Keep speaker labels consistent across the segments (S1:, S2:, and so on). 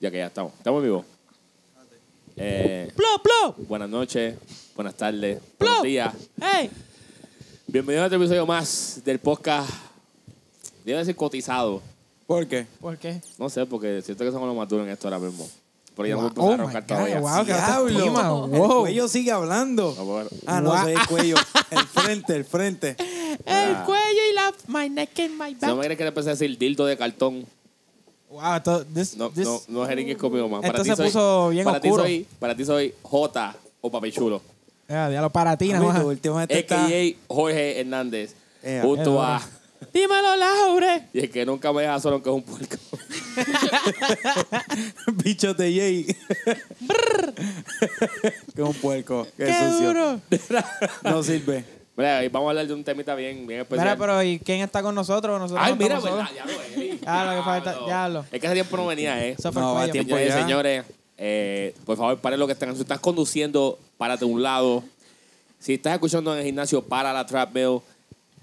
S1: Ya que ya estamos. Estamos vivos. Eh,
S2: ¡Plop, plop!
S1: buenas noches, buenas tardes,
S2: ¡Plop!
S1: buenos días.
S2: ¡Ey!
S1: Bienvenidos a otro episodio más del podcast. Debe ser cotizado.
S3: ¿Por qué?
S2: ¿Por qué?
S1: No sé, porque siento que somos los más duros en esto ahora mismo. Porque ya no
S2: Wow.
S1: me puse a
S2: Oh
S1: arrancar
S2: my
S1: todavía.
S2: God, wow. Ah, que hasta prima,
S3: El
S2: wow.
S3: cuello sigue hablando.
S1: No, bueno.
S3: Ah, no,
S2: Wow.
S3: ese es el cuello. El frente, el frente.
S2: El cuello y la... My neck and my
S1: Si no me
S2: back.
S1: crees que le empecé a decir dildo de cartón,
S2: Wow, to- this,
S1: no,
S2: this-
S1: no, no jeringues conmigo más.
S2: Esto se puso bien
S1: para ti
S2: oscuro.
S1: soy, para ti soy J o papi chulo.
S2: Ya, ya lo para ti, nada
S3: Amigo,
S2: más.
S3: últimamente está...
S1: AKA Jorge Hernández.
S3: Ea,
S1: junto
S2: Este ea,
S1: a.
S2: Dímelo, Laure.
S1: Y el que nunca me deja solo, aunque es un puerco.
S3: Bicho de Jay. que un puerco. Qué,
S2: ¡Qué
S3: sucio.
S2: duro!
S3: No sirve.
S1: Mira, y vamos a hablar de un temita bien, bien especial.
S2: Mira, pero ¿y quién está con nosotros? Nosotros
S1: Ay,
S2: no
S1: mira,
S2: estamos
S1: verdad,
S2: solos.
S1: ya lo Eli.
S2: Ya, lo que falta-
S1: Diablo.
S2: ya lo.
S1: Es que hace tiempo no venía, ¿eh?
S2: Eso fue
S3: No,
S2: el
S3: va
S2: cuello.
S3: tiempo.
S1: Señores,
S3: ya.
S1: señores, eh, por favor, paren lo que están. Si estás conduciendo, párate a un lado. Si estás escuchando en el gimnasio, para la trap mill.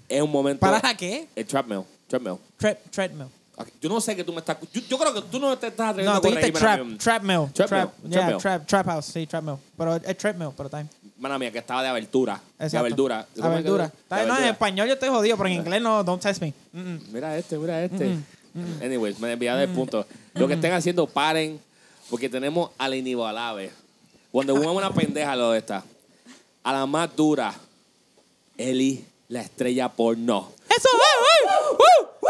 S1: Es un momento.
S2: ¿Para la qué?
S1: El trap mill. Trap mill.
S2: Trap, treadmill.
S1: Ok, Yo no sé que tú me estás. Yo, yo creo que tú no te estás atreviendo
S2: No,
S1: a
S2: tú dijiste
S1: corregirme ahora
S2: trap,
S1: mismo.
S2: trap mill.
S1: Trap mill, trap
S2: yeah,
S1: mill.
S2: trap, trap house, sí, trap mill. Pero es trap mill, pero time.
S1: Mana mía, que estaba de abertura. De
S2: Exacto.
S1: abertura. ¿Cómo es que-
S2: Abertura.
S1: de
S2: Está bien, No, eh, en
S1: abertura.
S2: español yo estoy jodido, pero en inglés no, don't test me. Mm-mm.
S1: Mira este, mira este. Anyways, me desviaba del punto. Lo que estén haciendo, paren, porque tenemos a la inigualable. Cuando uno es una pendeja lo de esta. A la más dura, Eli, la estrella porno.
S2: ¡Eso! ¡Uy, uy! ¡Uh! ¡Uh, uh,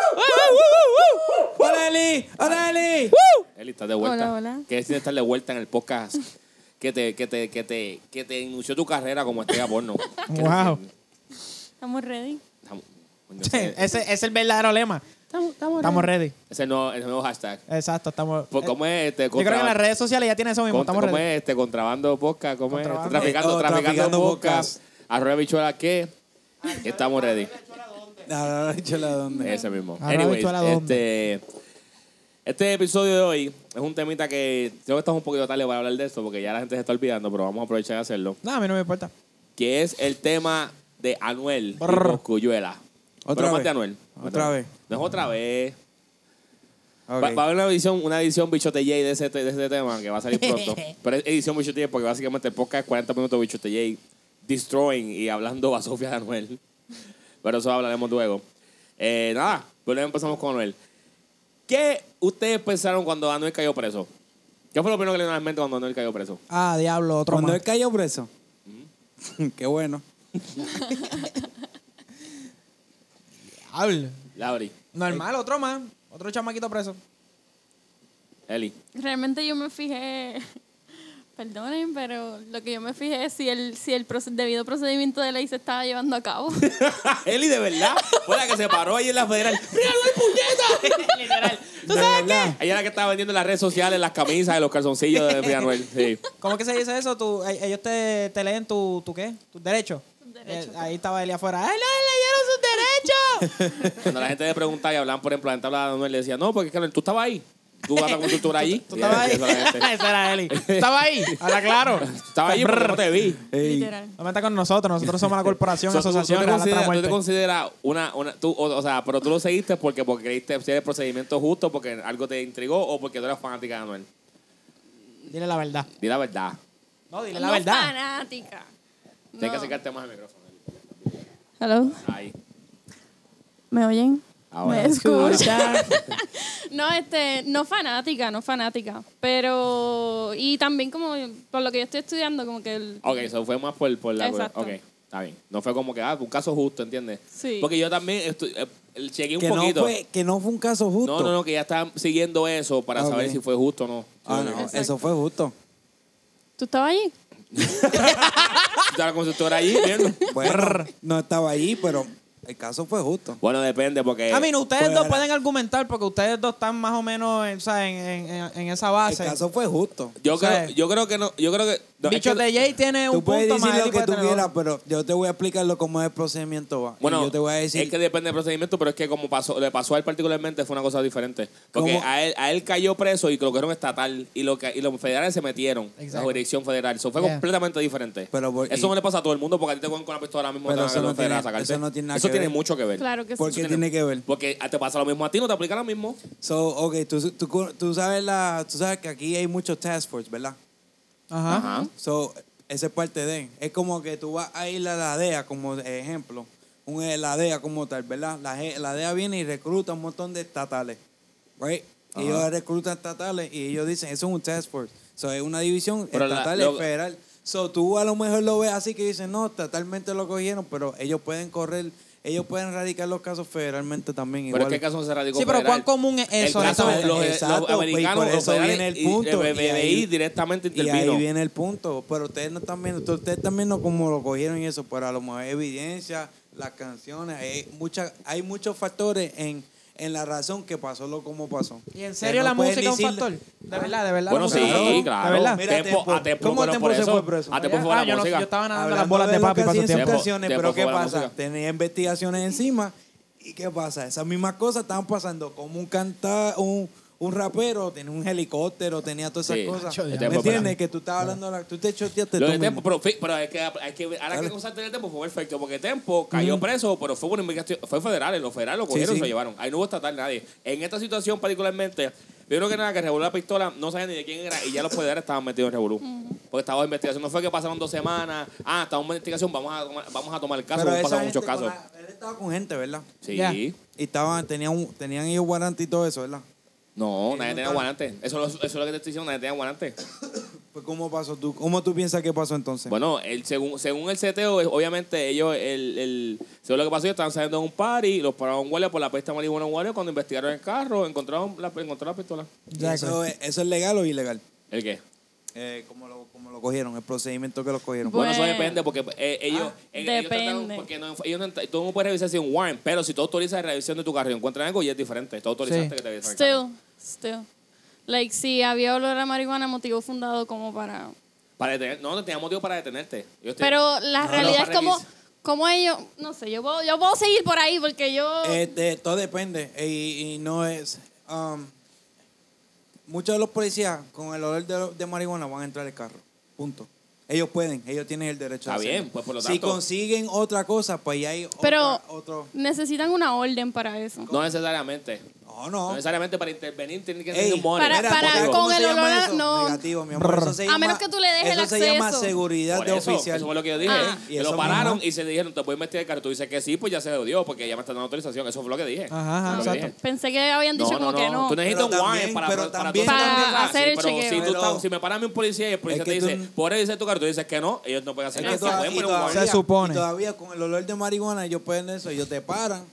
S2: uh, uh, uh!
S3: ¡Hola, Eli! ¡Hola, Eli!
S2: ¡Uh!
S1: Eli, estás de vuelta.
S4: Hola, hola.
S1: ¿Qué es estar de vuelta en el podcast? Que te, que te, que te, que te inició tu carrera como estrella porno. ¿Qué
S2: Wow.
S1: decir?
S4: Estamos ready.
S1: Estamos- coño,
S2: Sí,
S1: ese-
S2: Ese ese es el verdadero lema.
S4: Estamos, estamos,
S2: Estamos
S4: ready.
S2: ready.
S1: Ese es no, el nuevo hashtag.
S2: Exacto, estamos. eh,
S1: Pues, ¿Cómo es este?
S2: Yo creo que en
S1: Contra-
S2: las redes sociales ya tiene eso mismo.
S1: Contra-
S2: Estamos
S1: ¿Cómo
S2: ready.
S1: es este? Contrabando podcast, ¿cómo es? este?
S2: Contrabando.
S1: Traficando,
S3: Oh,
S1: traficando
S3: traficando
S1: podcast. Arroba bichuela, ¿qué? Estamos ready.
S3: No, no, no, chola, ¿dónde?
S1: Ese mismo.
S2: Arroba
S1: Anyways,
S2: bichuela,
S1: este, este episodio de hoy es un temita que creo que estamos un poquito tarde para hablar de esto porque ya la gente se está olvidando, pero vamos a aprovechar de hacerlo.
S2: No, a mí no me importa.
S1: Que es el tema de Anuel y
S2: Brr.
S1: Cosculluela.
S3: Otra
S1: Pero más
S3: vez.
S1: de Anuel. Más de
S3: Otra
S1: Anuel.
S3: vez.
S1: No es otra vez.
S3: Ok.
S1: Va, va a haber una edición, una edición bichote J de ese, te- de ese tema que va a salir pronto. Pero es edición bichote J porque básicamente el podcast es 40 minutos bichote J destroying y hablando a Sofía de Anuel. Pero eso hablaremos luego. Eh, nada, volvemos empezamos con Anuel. ¿Qué ustedes pensaron cuando Anuel cayó preso? ¿Qué fue lo primero que le dio a la mente cuando Anuel cayó preso?
S2: Ah, diablo, otro
S3: Cuando
S2: más.
S3: él cayó preso. Mm. Qué bueno.
S2: Diablo.
S1: Lauri,
S2: Normal, otro más. Otro chamaquito preso.
S1: Eli.
S4: Realmente yo me fijé, perdonen, pero lo que yo me fijé es si el, si el proce- debido procedimiento de ley se estaba llevando a cabo.
S1: Eli, de verdad, fue la que se paró ahí en la federal. ¡Mira, Anuel, puñeta! Literal.
S2: ¿Tú sabes qué?
S1: Ella es la que estaba vendiendo en las redes sociales las camisas y los calzoncillos de Free Anuel. Sí.
S2: ¿Cómo que se dice eso? Tú- e- ellos te, te leen tu, tu qué? Tus derechos.
S4: Tus derechos.
S2: Eh, ahí estaba él afuera. ¡Ay, no, leyeron sus derechos!
S1: Cuando la gente le preguntaba y hablaban, por ejemplo, la gente hablaba de Anuel le decía, no, porque claro, tú estabas ahí. Tú vas a la consultora allí.
S2: Tú estabas ahí.
S1: Y eso la gente,
S2: Esa era Eli. Estaba ahí. Habla claro.
S1: Estaba ahí porque no te vi.
S3: Ey,
S4: Literal.
S2: No meta con nosotros. Nosotros somos la corporación,
S1: So, tú-
S2: asociación
S1: tú,
S2: de
S1: te
S2: la Lata de la
S1: consideras, tú te
S2: muerte.
S1: consideras una, una tú, o, o sea, pero tú lo seguiste porque, porque creíste si era el procedimiento justo, porque algo te intrigó o porque tú eras fanática de Anuel.
S2: Dile la verdad.
S1: Di la verdad.
S2: No, dile la
S4: No
S2: verdad.
S4: fanática.
S1: Tienes que
S4: No.
S1: acercarte más al micrófono.
S4: Hello,
S1: Ahí.
S4: ¿me oyen?
S1: Ahora.
S4: ¿Me escuchan? no, este, no fanática, no fanática. Pero, y también como, por lo que yo estoy estudiando, como que el,
S1: Ok, eso fue más por, por la...
S4: Exacto.
S1: Ok, está bien. No fue como que, ah, un caso justo, ¿entiendes?
S4: Sí.
S1: Porque yo también estu- eh, eh, chequeé un
S3: Que no,
S1: poquito.
S3: fue, que no fue un caso justo.
S1: No, no, no, que ya están siguiendo eso para
S3: Ah,
S1: saber
S3: ok.
S1: si fue justo o no.
S3: Ah, no,
S4: Exacto.
S3: eso fue justo.
S4: ¿Tú estabas allí?
S1: Está la constructora allí, viendo.
S3: Bueno, no estaba ahí, pero el caso fue justo.
S1: Bueno, depende porque.
S2: A mí, ustedes
S3: Pues,
S2: dos
S3: ahora-
S2: pueden argumentar porque ustedes dos están más o menos en, o sea, en, en- en- en esa
S3: El
S2: base.
S3: caso fue justo.
S1: yo
S2: o sea,
S1: creo, yo creo que no, yo creo que No, es
S2: Bicho
S1: que-
S2: de Jay tiene
S3: Tú
S2: un
S3: puedes
S2: punto
S3: decir
S2: más
S3: lo que
S2: Edipo
S3: tú
S2: de Tenedor.
S3: quieras, pero yo te voy a explicar lo- cómo es el procedimiento va. Y
S1: Bueno,
S3: yo te voy a decir.
S1: es que depende del procedimiento, pero es que como pasó, le pasó a él particularmente fue una cosa diferente. Porque
S3: ¿Cómo?
S1: a él, a él cayó preso y lo que era un estatal y, lo que, y los federales se metieron la
S2: Exacto.
S1: jurisdicción federal. Eso fue
S2: Yeah.
S1: completamente diferente.
S3: Pero por-
S1: eso
S3: y-
S1: no le pasa a todo el mundo porque a ti te cogen con la pistola ahora mismo
S3: Pero
S1: te van a
S3: eso no
S1: los federales a
S3: tiene-
S1: sacarte.
S3: eso no tiene nada
S1: Eso
S3: que
S1: tiene
S3: ver.
S1: mucho que ver.
S4: Claro que
S3: ¿Por
S4: sí.
S3: qué tiene que ver?
S1: Porque te pasa lo mismo a ti, no te aplica lo mismo.
S3: So, ok, tú, tú, tú sabes la, tú sabes que aquí hay muchos task force, ¿verdad?
S2: Ajá.
S3: So, esa es parte de. Es como que tú vas a ir a la DEA, como ejemplo. Un, eh, la DEA como tal, ¿verdad? La, ge- la DEA viene y recluta un montón de estatales. Right? Ellos reclutan estatales y ellos dicen, eso es un task force. So, es una división
S1: Pero la-
S3: estatal
S1: lo-
S3: y federal. So, tú a lo mejor lo ves así que dicen, no, totalmente lo cogieron, pero ellos pueden correr, ellos pueden radicar los casos federalmente también.
S1: Pero es
S3: igual.
S1: que el caso no se radicó
S2: Sí, pero
S1: federal.
S2: ¿cuán común es eso,
S1: El caso,
S2: exactamente?
S1: los, los
S3: Exacto,
S1: americanos,
S3: y por
S1: los
S3: eso
S1: federales
S3: viene el
S1: y- eh,
S3: punto,
S1: el
S3: y
S1: BBI
S3: ahí-
S1: directamente
S3: Y
S1: intervino.
S3: ahí viene el punto. Pero ustedes no están viendo, ustedes están viendo cómo lo cogieron y eso, pero a lo mejor evidencia, las canciones, hay, mucha, hay muchos factores en, en la razón que pasó lo como pasó.
S2: ¿Y en
S3: Que
S2: serio
S3: no
S2: la
S3: pueden
S2: música es un
S3: decirle-
S2: factor? De verdad, de verdad.
S1: Bueno,
S2: la
S1: sí,
S2: música.
S1: claro.
S2: De verdad.
S3: Mira,
S1: Tempo, a Tempo,
S3: ¿Cómo
S1: fueron
S3: Tempo
S1: por
S3: se
S1: eso.
S3: fue preso?
S1: A Tempo
S2: Ah,
S1: fue la
S2: yo no-
S1: música.
S2: yo estaba nadando
S3: Hablando
S2: las bolas de
S3: lo
S2: papi para
S3: que
S2: su
S3: hacían sus
S2: tiempo.
S1: Tempo-
S3: canciones,
S1: Tempo
S3: pero ¿qué
S1: fue la
S3: pasa?
S1: música.
S3: Tenía investigaciones encima. ¿Y qué pasa? Esas mismas cosas estaban pasando. Como un canta, un, un rapero tenía un helicóptero, tenía todas esas
S1: Sí. Este
S3: cosas.
S1: Yo
S3: ¿Me
S1: Tempo,
S3: entiendes?
S1: pero-
S3: Que tú estabas hablando, de la, tú te choteaste
S1: Lo
S3: tú
S1: de este Tempo,
S3: mismo.
S1: pero, fi- pero es que, es que ahora que
S3: este Dale.
S1: acusaste de Tempo fue perfecto, porque Tempo cayó preso, pero fue una investigación, fue federal, los federales lo cogieron y
S3: sí.
S1: se lo llevaron. Ahí no hubo estatal nadie. En esta situación particularmente, primero que nada, que revolvió la pistola, no sabían ni de quién era, y ya los federales estaban metidos en revolú. Porque estaba en investigación. No fue que pasaron dos semanas, ah, estamos en investigación, vamos a, tomar- vamos a tomar el caso,
S3: esa
S1: han pasado muchos
S3: gente con
S1: casos.
S3: la- él estaba con gente, ¿verdad?
S1: Sí.
S2: Ya.
S3: Y estaban, tenían, un- tenían ellos guarante y todo eso, ¿verdad?
S1: No, nadie tenía
S3: no-
S1: guanante. Eso, es lo- eso es lo que te estoy diciendo, nadie tenía guanante.
S3: Pues, ¿cómo pasó tú? ¿Cómo tú piensas que pasó entonces?
S1: Bueno, el, según, según el seteo, es- obviamente ellos, el, el, según lo que pasó, ellos estaban saliendo de un party, los pararon guardia por la pesta de marihuana guardia, cuando investigaron el carro, encontraron la, encontraron la pistola.
S3: eso, es, ¿Eso es legal o ilegal?
S1: ¿El qué?
S3: Eh, como, lo, como lo cogieron, el procedimiento que lo cogieron.
S1: Bueno, eso
S4: Bueno.
S1: depende porque eh, ellos, eh, ellos
S4: Pues, Depende.
S1: trataron- porque no, ellos no, ent- tú no puedes revisar si es un warrant, pero si tú autorizas la revisión de tu carro y encuentran algo, ya es diferente. Tú autorizaste
S2: Sí.
S1: que te revisaran el carro.
S4: Still, still. Like, si había olor a marihuana, motivo fundado como para...
S1: Para detener, no, no tenía motivo para detenerte. Ellos te-
S4: Pero la
S1: No,
S4: realidad
S1: para
S4: es como,
S1: revisar.
S4: como ellos... No sé, yo puedo, yo puedo seguir por ahí porque yo...
S3: Este, todo depende. Y, y no es. um, muchos de los policías con el olor de, de marihuana van a entrar al carro. Punto. Ellos pueden, ellos tienen el derecho
S1: Está
S3: de hacerlo.
S1: bien, pues, por lo
S3: Si
S1: tanto.
S3: consiguen otra cosa, pues ya hay
S4: pero
S3: otra- otro.
S4: necesitan una orden para eso.
S1: No necesariamente. No
S3: No, no.
S1: necesariamente para intervenir tienen que
S3: Ey,
S1: tener un money.
S4: Para-
S3: mira,
S4: para-
S3: ¿sabes
S4: con
S3: cómo
S4: el
S3: se llama
S4: olor a-
S3: eso?
S4: no.
S3: Negativo, mi amor. Eso se
S4: A
S3: llama-
S4: menos que tú le dejes
S3: eso
S4: el
S3: se llama
S4: acceso.
S3: seguridad
S1: Por
S3: de
S1: eso,
S3: oficial.
S1: eso fue lo que yo dije.
S4: Ah.
S1: Que
S3: Y eso
S1: lo
S3: mismo.
S1: pararon y se dijeron, te puedes meter el carro. Tú dices que sí, pues ya se lo dio, porque ya me están dando autorización. Eso fue lo que dije.
S2: Ajá, ajá,
S1: Eso fue lo que
S2: exacto.
S4: Pensé que habían dicho
S1: dije. Ah, No,
S4: como
S1: no, no. Tú
S4: que no.
S1: necesitas
S3: Pero
S1: un warrant
S3: también-
S1: para,
S3: pero
S1: para, para
S3: también-
S1: tú hacer
S4: Para
S1: cosas.
S4: hacer
S1: Sí,
S4: el
S1: pero
S4: chequeo.
S1: Si, tú
S3: Pero-
S1: estás- si me paran un policía y el policía
S3: Es que
S1: te
S3: tú
S1: dice,
S3: no-
S1: por eso dice tu carro, tú dices que no, ellos no pueden hacer
S3: Es que
S1: nada.
S3: todavía,
S1: Pueden poner
S3: y
S1: un
S3: todavía-
S1: warrant.
S2: Se supone.
S3: y todavía con el olor de marihuana ellos pueden eso, ellos te paran.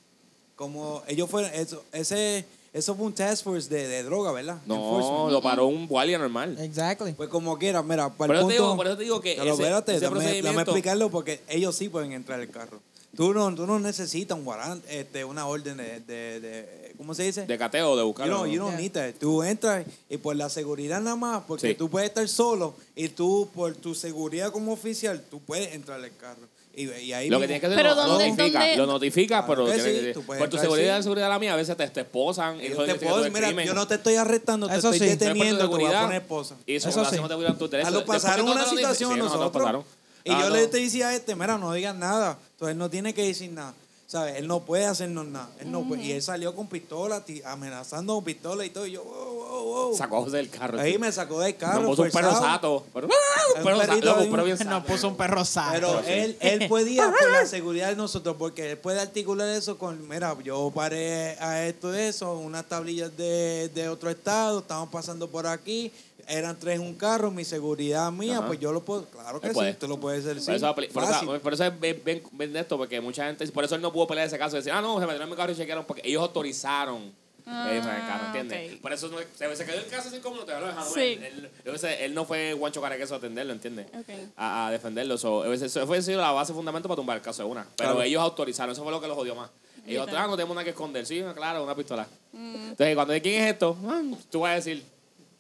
S3: Como ellos fueron, eso, ese, eso fue un task force de, de droga, ¿verdad?
S1: No,
S3: Enforcement.
S1: lo paró un guardia normal.
S2: Exactly.
S3: Pues como quieras, mira, para
S1: Por
S3: el
S1: eso te
S3: punto.
S1: digo- por eso te digo que
S3: Pero
S1: ese-
S3: espérate,
S1: ese
S3: dame, dame
S1: procedimiento-
S3: explicarlo porque ellos sí pueden entrar al carro. Tú no, tú no necesitas un guarante, este, una orden de, de, de- ¿cómo se dice?
S1: De cateo, de buscarlo.
S3: no, you don't
S2: Yeah.
S3: need that. Tú entras y por la seguridad nada más, porque
S1: Sí.
S3: tú puedes estar solo y tú, por tu seguridad como oficial, tú puedes entrar al carro. Y, y ahí
S1: Lo que
S3: mismo-
S1: tienes que hacer
S4: Pero
S1: lo, lo
S4: ¿dónde-
S1: notifica,
S4: dónde-
S1: lo notificas,
S3: Claro
S1: pero
S3: que
S1: tienes
S3: sí,
S1: que-
S3: tú puedes
S1: por tu
S3: entrar,
S1: seguridad,
S3: sí.
S1: la seguridad de la mía, a veces te, te esposan.
S3: Yo
S1: eso es
S3: te
S1: lo que
S3: puedo-
S1: tú
S3: mira,
S1: escriben.
S3: yo no te estoy arrestando, te
S2: Eso
S3: estoy
S2: sí.
S3: deteniendo, te voy a poner
S1: esposa.
S3: esposa.
S1: Y eso,
S2: Eso
S1: así
S2: sí.
S1: no te violan tus derechos.
S3: A lo
S1: Después que
S3: pasaron
S1: tú no
S3: una
S1: te lo dices-
S3: situación
S1: Sí, no, no,
S3: nosotros.
S1: pasaron.
S3: Y
S1: Ah,
S3: yo
S1: no.
S3: le te decía a este, mira, no digas nada. Entonces él no tiene que decir nada. ¿Sabes? Él no puede hacernos nada. Él no puede- Y él salió con pistola, ti- amenazando con pistola y todo. Y yo, wow, wow, wow.
S1: Sacó a José del carro.
S3: Ahí
S1: sí.
S3: me sacó del carro.
S1: Nos puso un perro
S3: forzado.
S1: sato. Pero, ¡Ah! un
S3: Un pues
S1: perro sato.
S3: perrito
S1: Loco,
S3: ahí.
S1: un perro bien sato.
S2: Nos puso un perro sano.
S3: Pero
S1: Ah, sí.
S3: él, él podía, por la seguridad de nosotros, porque él puede articular eso con, mira, yo paré a esto de eso, unas tablillas de, de otro estado, estamos pasando por aquí, eran tres en un carro, mi seguridad mía,
S1: Ajá.
S3: pues yo lo puedo, claro que
S1: Él
S3: sí,
S1: puede.
S3: tú lo puedes hacer, sí,
S1: Por eso, apli- por,
S3: fácil.
S1: eso, por eso es bien, bien- bien de esto, porque mucha gente, por eso él no pudo pelear ese caso. Decir, ah, no, se metieron en mi carro y chequearon, porque ellos autorizaron.
S4: Ah,
S1: eh, para el carro, ¿entiendes?
S4: ok.
S1: Por eso no, se, se quedó el caso cinco minutos, ya lo dejaron.
S4: Sí.
S1: Él, él- yo qué sé, él no fue Guancho Caraqueso a atenderlo, ¿entiendes?
S4: Ok.
S1: A, a defenderlo. So, eso eso fue sí, la base fundamental para tumbar el caso de una. Pero
S3: Claro.
S1: ellos autorizaron, eso fue lo que los jodió más. Ellos,
S4: Literal.
S1: ah,
S3: Mm.
S1: no tenemos nada que esconder. Sí, claro, una pistola. Entonces, cuando de quién es esto, Ah, tú vas a decir,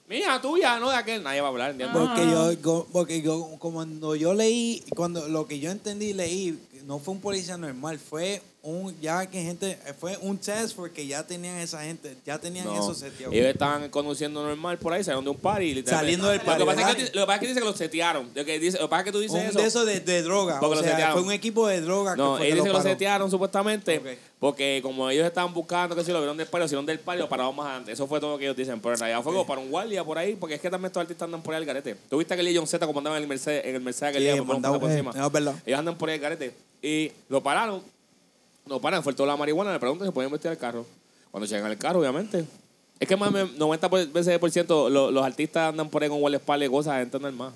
S1: Mía, tuya, no de aquel. Nadie va a hablar, ¿entiendes?
S3: Porque yo, go- porque yo, cuando yo leí, cuando lo que yo entendí, leí, no fue un policía normal, fue un, ya que gente, fue un test porque ya tenían esa gente, ya tenían
S1: No.
S3: eso seteado.
S1: Ellos estaban conduciendo normal por ahí, salieron de un party. y literalmente-
S3: Saliendo del party,
S1: Lo que, pasa es que,
S3: ¿verdad?
S1: lo que pasa es que dice que los setearon. Lo que, dice, lo que pasa es que tú dices
S3: Un
S1: eso.
S3: de eso de, de droga.
S1: Porque
S3: o
S1: lo
S3: sea,
S1: setearon.
S3: fue un equipo de droga
S1: No,
S3: Ah, que fue que
S1: ellos dicen
S3: lo
S1: que lo
S3: paró.
S1: setearon supuestamente
S3: Ok.
S1: porque como ellos estaban buscando, que si lo vieron del palio, lo hicieron del palio, lo pararon más adelante. Eso fue todo lo que ellos dicen. Pero en realidad fue como para un guardia por ahí, porque es que también estos artistas andan por ahí al garete. ¿Tú viste que Lee John Z como andaba en el Mercedes, en el Mercedes aquel
S3: Sí,
S1: día, por poner un
S3: mandaba-
S1: puto por
S3: eh,
S1: encima?
S3: no, es verdad.
S1: Ellos andan por ahí al garete. Y lo pararon. No paran, fue toda la marihuana, le preguntan si pueden investigar el carro. Cuando llegan al carro, obviamente. Es que más de 90 por- veces por ciento lo- los artistas andan por ahí con guardaespaldas y cosas, gente normal.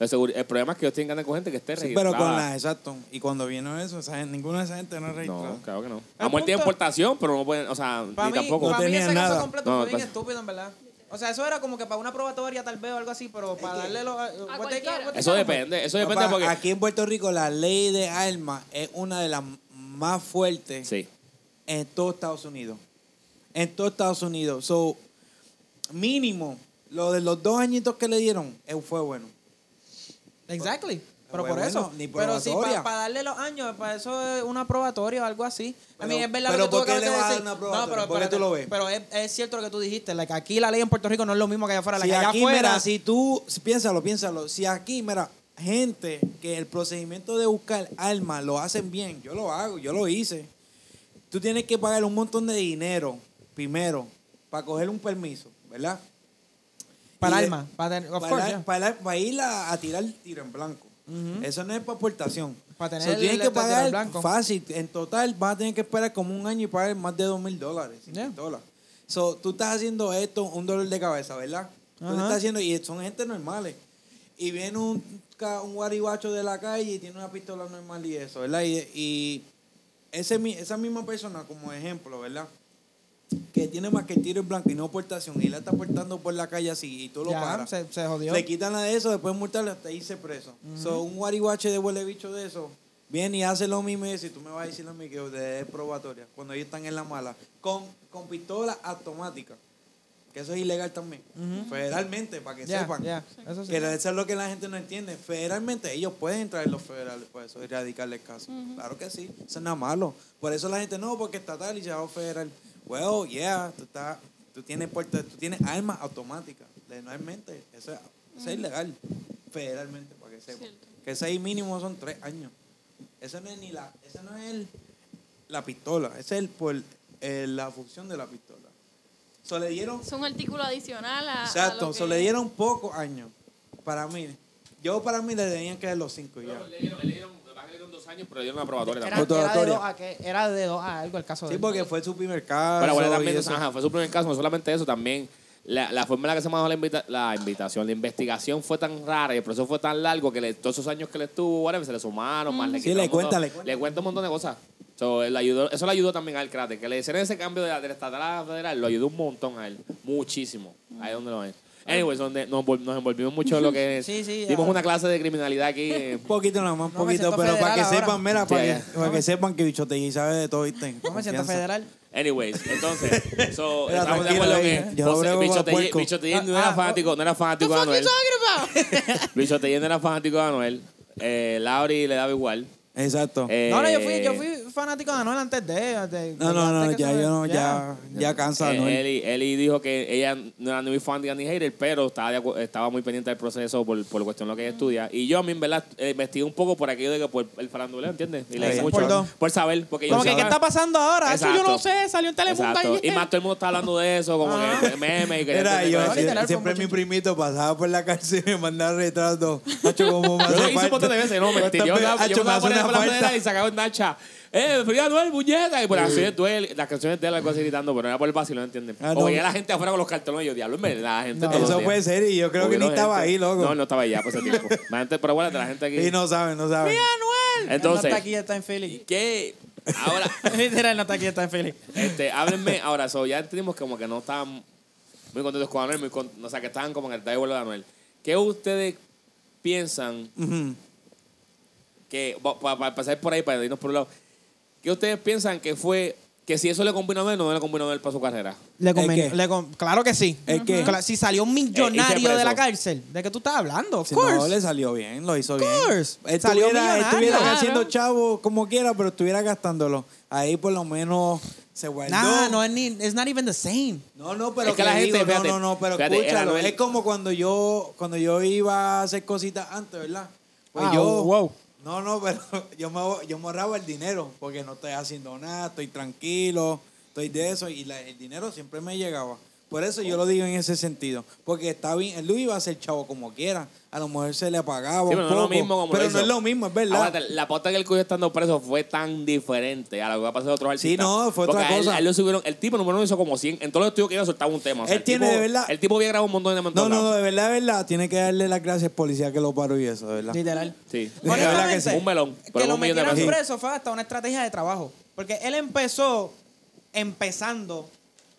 S1: La seguri- el problema es que ellos tienen que andar con gente que esté
S3: Sí,
S1: registrada.
S3: pero con las, exacto. Y cuando vino eso, esa gente- ninguna de esa gente no registró.
S1: No, claro que no.
S2: El
S1: A muerte de
S2: punto-
S1: importación, pero no pueden, o sea, ni
S2: Para mí,
S1: tampoco.
S2: pa' mí
S3: tenía
S2: ese
S3: nada.
S2: caso completo
S1: No,
S2: fue bien
S1: pasa-
S2: estúpido, en verdad. O sea, eso era como que para una probatoria tal vez o algo así, pero para darle los...
S4: A
S2: what they
S4: cualquiera.
S2: got, what they
S1: Eso
S2: got.
S1: depende, eso depende
S3: Papá,
S1: porque.
S3: Aquí en Puerto Rico la ley de armas es una de las más fuertes
S1: Sí.
S3: en todo Estados Unidos. En todo Estados Unidos. So, mínimo, lo de los dos añitos que le dieron eh, fue bueno.
S2: Exactly. Pero
S3: Ah, Bueno,
S2: por eso.
S3: bueno, ni
S2: pero si
S3: probatoria.
S2: para darle los años, para eso es una probatoria o algo así. a mí
S3: Pero-
S2: es verdad lo
S3: pero
S2: que tú
S3: ¿por qué
S2: acabas
S3: le
S2: de
S3: vas a dar
S2: decir.
S3: una probatoria? ¿Por qué
S2: espérate,
S3: tú lo ves?
S2: Pero es, es cierto lo que tú dijiste. like, aquí la ley en Puerto Rico no es lo mismo que allá afuera. la
S3: Si
S2: que allá
S3: aquí,
S2: afuera,
S3: mira, si tú, si- piénsalo, piénsalo. Si aquí, mira, gente que el procedimiento de buscar armas lo hacen bien, yo lo hago, yo lo hice. Tú tienes que pagar un montón de dinero primero para coger un permiso, ¿verdad?
S2: para
S3: y-
S2: alma. Para, of
S3: para,
S2: course,
S3: la-
S2: yeah.
S3: para la- para ir a, a tirar tiro en blanco. Eso no es para aportación.
S2: Para tener
S3: So,
S2: el-
S3: tienes
S2: el
S3: que
S2: tiro en
S3: pagar
S2: blanco.
S3: fácil. En total vas a tener que esperar como un año y pagar más de dos mil dólares.
S2: Yeah.
S3: dólares. So, tú estás haciendo esto un dolor de cabeza, ¿verdad? Tú lo
S2: Ajá.
S3: estás haciendo y son gente normales. Y viene un, ca- un guaribacho de la calle y tiene una pistola normal y eso, ¿verdad? Y, y ese, mi- esa misma persona, como ejemplo, ¿verdad? Que tiene más que tiro en blanco y no aportación y la está aportando por la calle así y tú lo
S2: Ya,
S3: paras.
S2: se, se jodió.
S3: Le quitan la de eso, después multarlo hasta irse preso. So, un guarihuache de huele bicho de eso viene y hace lo mismo y dice, tú me vas a decir lo mismo que de probatoria, cuando ellos están en la mala, con, con pistola automática, que eso es ilegal también, federalmente, para que
S2: Ya,
S3: sepan.
S2: ya, eso sí.
S3: Que eso es lo que la gente no entiende. Federalmente, ellos pueden entrar en los federales por eso y radicarle el caso. Claro que sí, eso no es nada malo. Por eso la gente no, porque estatal y ya federal. Well, yeah, tú, estás, tú, tienes, puerta- tú tienes armas automáticas, legalmente. Eso, es- eso es ilegal, federalmente, para que sepan.
S4: Cierto.
S3: Que seis mínimo son tres años. Eso no es ni la, eso no es el- la pistola, ese es el, por, eh, la función de la pistola. So, le dieron
S4: Es un artículo adicional
S2: Ah,
S4: a. a
S3: Exacto,
S4: lo
S3: se
S4: que-
S3: le dieron pocos años. Para mí, yo para mí le tenían que dar los cinco y ya.
S1: Le dieron, le dieron, le dieron dos años, pero le dieron una probatoria
S2: Era,
S1: también.
S2: era, de
S3: probatoria.
S2: dos a que- era de dos a algo el caso
S3: Sí,
S2: de
S3: porque fue su primer caso.
S1: Pero bueno,
S3: y
S1: también,
S3: eso.
S1: ajá, fue su primer caso, no solamente eso, también la, la forma en la que se manejó la, invita- la invitación, la investigación fue tan rara y el proceso fue tan largo que le- todos esos años que le estuvo, whatever, se le sumaron, más le
S3: Sí,
S1: quitaron
S3: le
S1: un montón-
S3: cuenta, le cuenta.
S1: Le cuenta un montón de cosas. So, él ayudó, eso le ayudó también al cráter, que le hicieron ese cambio de, de estatal a federal, lo ayudó un montón a él, muchísimo. Ahí es donde lo es.
S3: Ah.
S1: Anyways, donde nos, envol- nos envolvimos mucho en lo que es.
S2: Sí, sí,
S1: Dimos
S2: ya.
S1: una clase de criminalidad aquí. eh,
S3: Un poquito nomás, un
S2: No me
S3: poquito,
S2: siento
S3: pero para que
S2: federal ahora.
S3: sepan, mira, para,
S1: Sí,
S3: que,
S1: ya.
S3: para que sepan que Bichotegui sabe de todo, ¿viste?
S2: No me siento
S3: Confianza.
S2: federal.
S1: Anyways, entonces, so,
S3: Era
S1: estamos de
S3: tranquilo
S1: acuerdo
S3: ahí,
S1: que
S3: ¿eh? Yo no
S1: José-
S3: brego Ah, con
S1: Bicho
S3: los
S1: Tellez-
S3: puercos.
S1: Bicho Tellez no era fanático, no era fanático de Anuel. Bicho Tellez no era fanático de Anuel. Eh, Lauri le daba igual.
S3: Exacto.
S1: Eh,
S2: No, no, yo fui, yo fui fanático de Anuel antes de. de-
S3: no, no, no,
S2: antes que
S3: ya
S2: se me-
S3: yo no, ya, ya cansa,
S1: eh,
S3: ¿no?
S1: Eli, Eli dijo que ella no era ni muy fan de Annie Hater, pero estaba, de acu- estaba muy pendiente del proceso por, por la cuestión de lo que ella estudia. Y yo a mí, en verdad, eh, investigué un poco por aquello de que por el faranduleo, ¿entiendes? Y
S3: Sí,
S1: leí mucho.
S2: por dos.
S1: Por saber. Porque yo
S2: Como que,
S1: decía,
S2: ¿qué está pasando ahora? Eso yo
S1: Exacto.
S2: no sé, salió en Telemundo
S1: Exacto.
S2: ayer.
S1: Y más todo el mundo está hablando de eso, como
S2: Ah.
S1: que meme y que
S3: Era yo,
S2: Literal,
S3: sí,
S2: fue un
S3: siempre mi
S2: muchacho.
S3: primito pasaba por la cárcel y me mandaba retratos. Hacho, como me
S1: Yo lo
S3: hace
S1: hice un montón de
S3: falta.
S1: veces, no, mentira. Yo,
S3: Hacho,
S1: me- yo me voy a
S3: hace
S1: poner
S3: una
S1: por la
S3: falta.
S1: bandera y sacaba un Nacha. ¡Eh, Frida Noel, muñeca! Y pues, por las canciones de él, las canciones de él, algo así gritando, pero era por el vacío, no entienden.
S3: Ah, no.
S1: O veía a la gente afuera con los cartones y yo, diablo, en verdad, la gente.
S2: No,
S1: todos los
S3: Eso
S1: días.
S3: puede ser y yo creo que ni
S1: Hubieron
S3: estaba
S1: gente-
S3: ahí, loco.
S1: No, no estaba allá por ese tiempo. La gente, pero bueno, la gente aquí.
S3: Y no saben, no saben.
S2: ¡Anuel!
S1: Entonces-
S2: Él no está aquí, está en Philly.
S1: ¿Qué? Ahora,
S2: Literal, no está aquí, está en Philly.
S1: este, háblenme. Ahora, so, ya entendimos como que no estaban muy contentos con Anuel, muy con- o sea, que estaban como en el vuelo de Anuel. ¿Qué ustedes piensan
S3: Ujú.
S1: que para pasar por ahí, para irnos por un lado, ¿qué ustedes piensan que fue, que si eso le combina a él, no le combina a él para su carrera.
S3: ¿El
S5: Le conveni-
S3: qué?
S5: le con- claro que sí.
S3: ¿El qué?
S5: Cla- Si salió un
S1: Eh, y se
S5: millonario
S1: preso.
S5: de la cárcel, ¿de qué tú estás hablando? Of
S3: Si
S5: course.
S3: no, le salió bien, lo hizo bien.
S5: course.
S3: Él
S5: Salió
S3: estuviera,
S5: millonario.
S3: estuviera
S4: Claro.
S3: haciendo chavo como quiera, pero estuviera gastándolo. Ahí por lo menos se guardó.
S5: Nah, no es ni, it's not even the same.
S3: No, no, pero
S1: Es que la
S3: le
S1: gente,
S3: digo,
S1: fíjate,
S3: no, no, no, pero
S1: fíjate, el
S3: escúchalo.
S1: Anuel-
S3: Es como cuando yo, cuando yo iba a hacer cositas antes, ¿verdad? Pues
S5: Ah,
S3: yo,
S5: wow.
S3: no, no, pero yo me, yo me ahorraba el dinero porque no estoy haciendo nada, estoy tranquilo, estoy de eso y la- el dinero siempre me llegaba. Por eso yo lo digo en ese sentido, porque está bien, él iba a ser chavo como quiera, a lo mejor se le pagaba
S1: Sí,
S3: un
S1: pero no
S3: poco,
S1: es lo mismo como
S3: pero
S1: lo hizo.
S3: no es lo mismo, es verdad.
S1: Aguanta, la pauta que él cogió estando preso fue tan diferente a lo que va a pasar a otros artistas.
S3: no, fue
S1: Porque
S3: otra
S1: a él-
S3: cosa.
S1: a él lo subieron, el tipo número uno hizo como 100. En todos los estudios que iba soltaba un tema. O sea,
S3: Él
S1: el
S3: tiene,
S1: tipo,
S3: de verdad-
S1: El tipo había grabado un montón de
S3: no,
S1: montón
S3: no, no, de verdad, de verdad, tiene que darle las gracias policía que lo paró y eso, de verdad.
S5: Literal.
S1: Sí.
S3: La verdad que
S5: Honestamente,
S3: sí.
S1: Un melón.
S2: que
S1: Pero
S2: lo
S1: un millón de
S2: metieran
S1: pesos.
S2: preso fue hasta una estrategia de trabajo. Porque él empezó empezando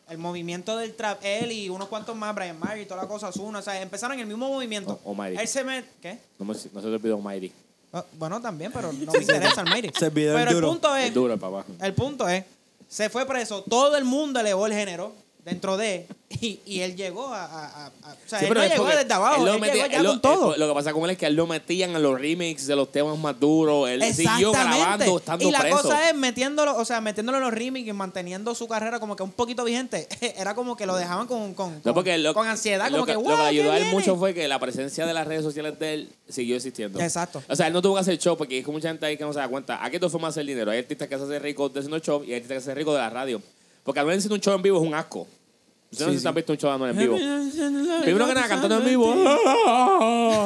S2: el movimiento del trap. Él y unos cuantos más, Brian Mayer y toda la cosa, Ozuna. O sea, empezaron el mismo movimiento.
S1: Oh, Almighty.
S2: él se met... ¿Qué?
S1: No, me- no se te olvidó Mighty.
S2: Ah, bueno, también, pero no me interesa Almighty.
S3: Se olvidó el
S2: Pero el
S3: duro.
S2: punto es...
S1: Es duro, papá.
S2: El punto es, se fue preso, todo el mundo elevó el género dentro de y, y él llegó a, a- a- a- o sea,
S1: Sí,
S2: él
S1: pero
S2: no
S1: es
S2: llegó
S1: porque
S2: desde abajo,
S1: él
S2: él,
S1: lo metía-
S2: llegó ya
S1: él lo-
S2: con todo.
S1: él- lo que pasa con él es que él lo metían a los remix de los temas más duros. Él siguió grabando estando
S2: y la
S1: preso.
S2: cosa es metiéndolo, o sea, metiéndolo en los remix y manteniendo su carrera como que un poquito vigente. Era como que lo dejaban con, con,
S1: No,
S2: con,
S1: porque lo-
S2: con ansiedad,
S1: lo
S2: como
S1: que,
S2: que,
S1: lo
S2: "Wow,
S1: que
S2: ¿qué
S1: ayudó a él
S2: viene?".
S1: mucho fue que la presencia de las redes sociales de él siguió existiendo.
S2: Exacto.
S1: O sea, él no tuvo que hacer show porque es que mucha gente ahí que no se da cuenta. Aquí hay dos formas de hacer dinero. Hay artistas que se hacen ricos de haciendo show y hay artistas que se hacen ricos de la radio. Porque Anuel haciendo un show en vivo es un asco. Ustedes no sé si han visto un show de Anuel en vivo. Primero que nada, cantando en vivo.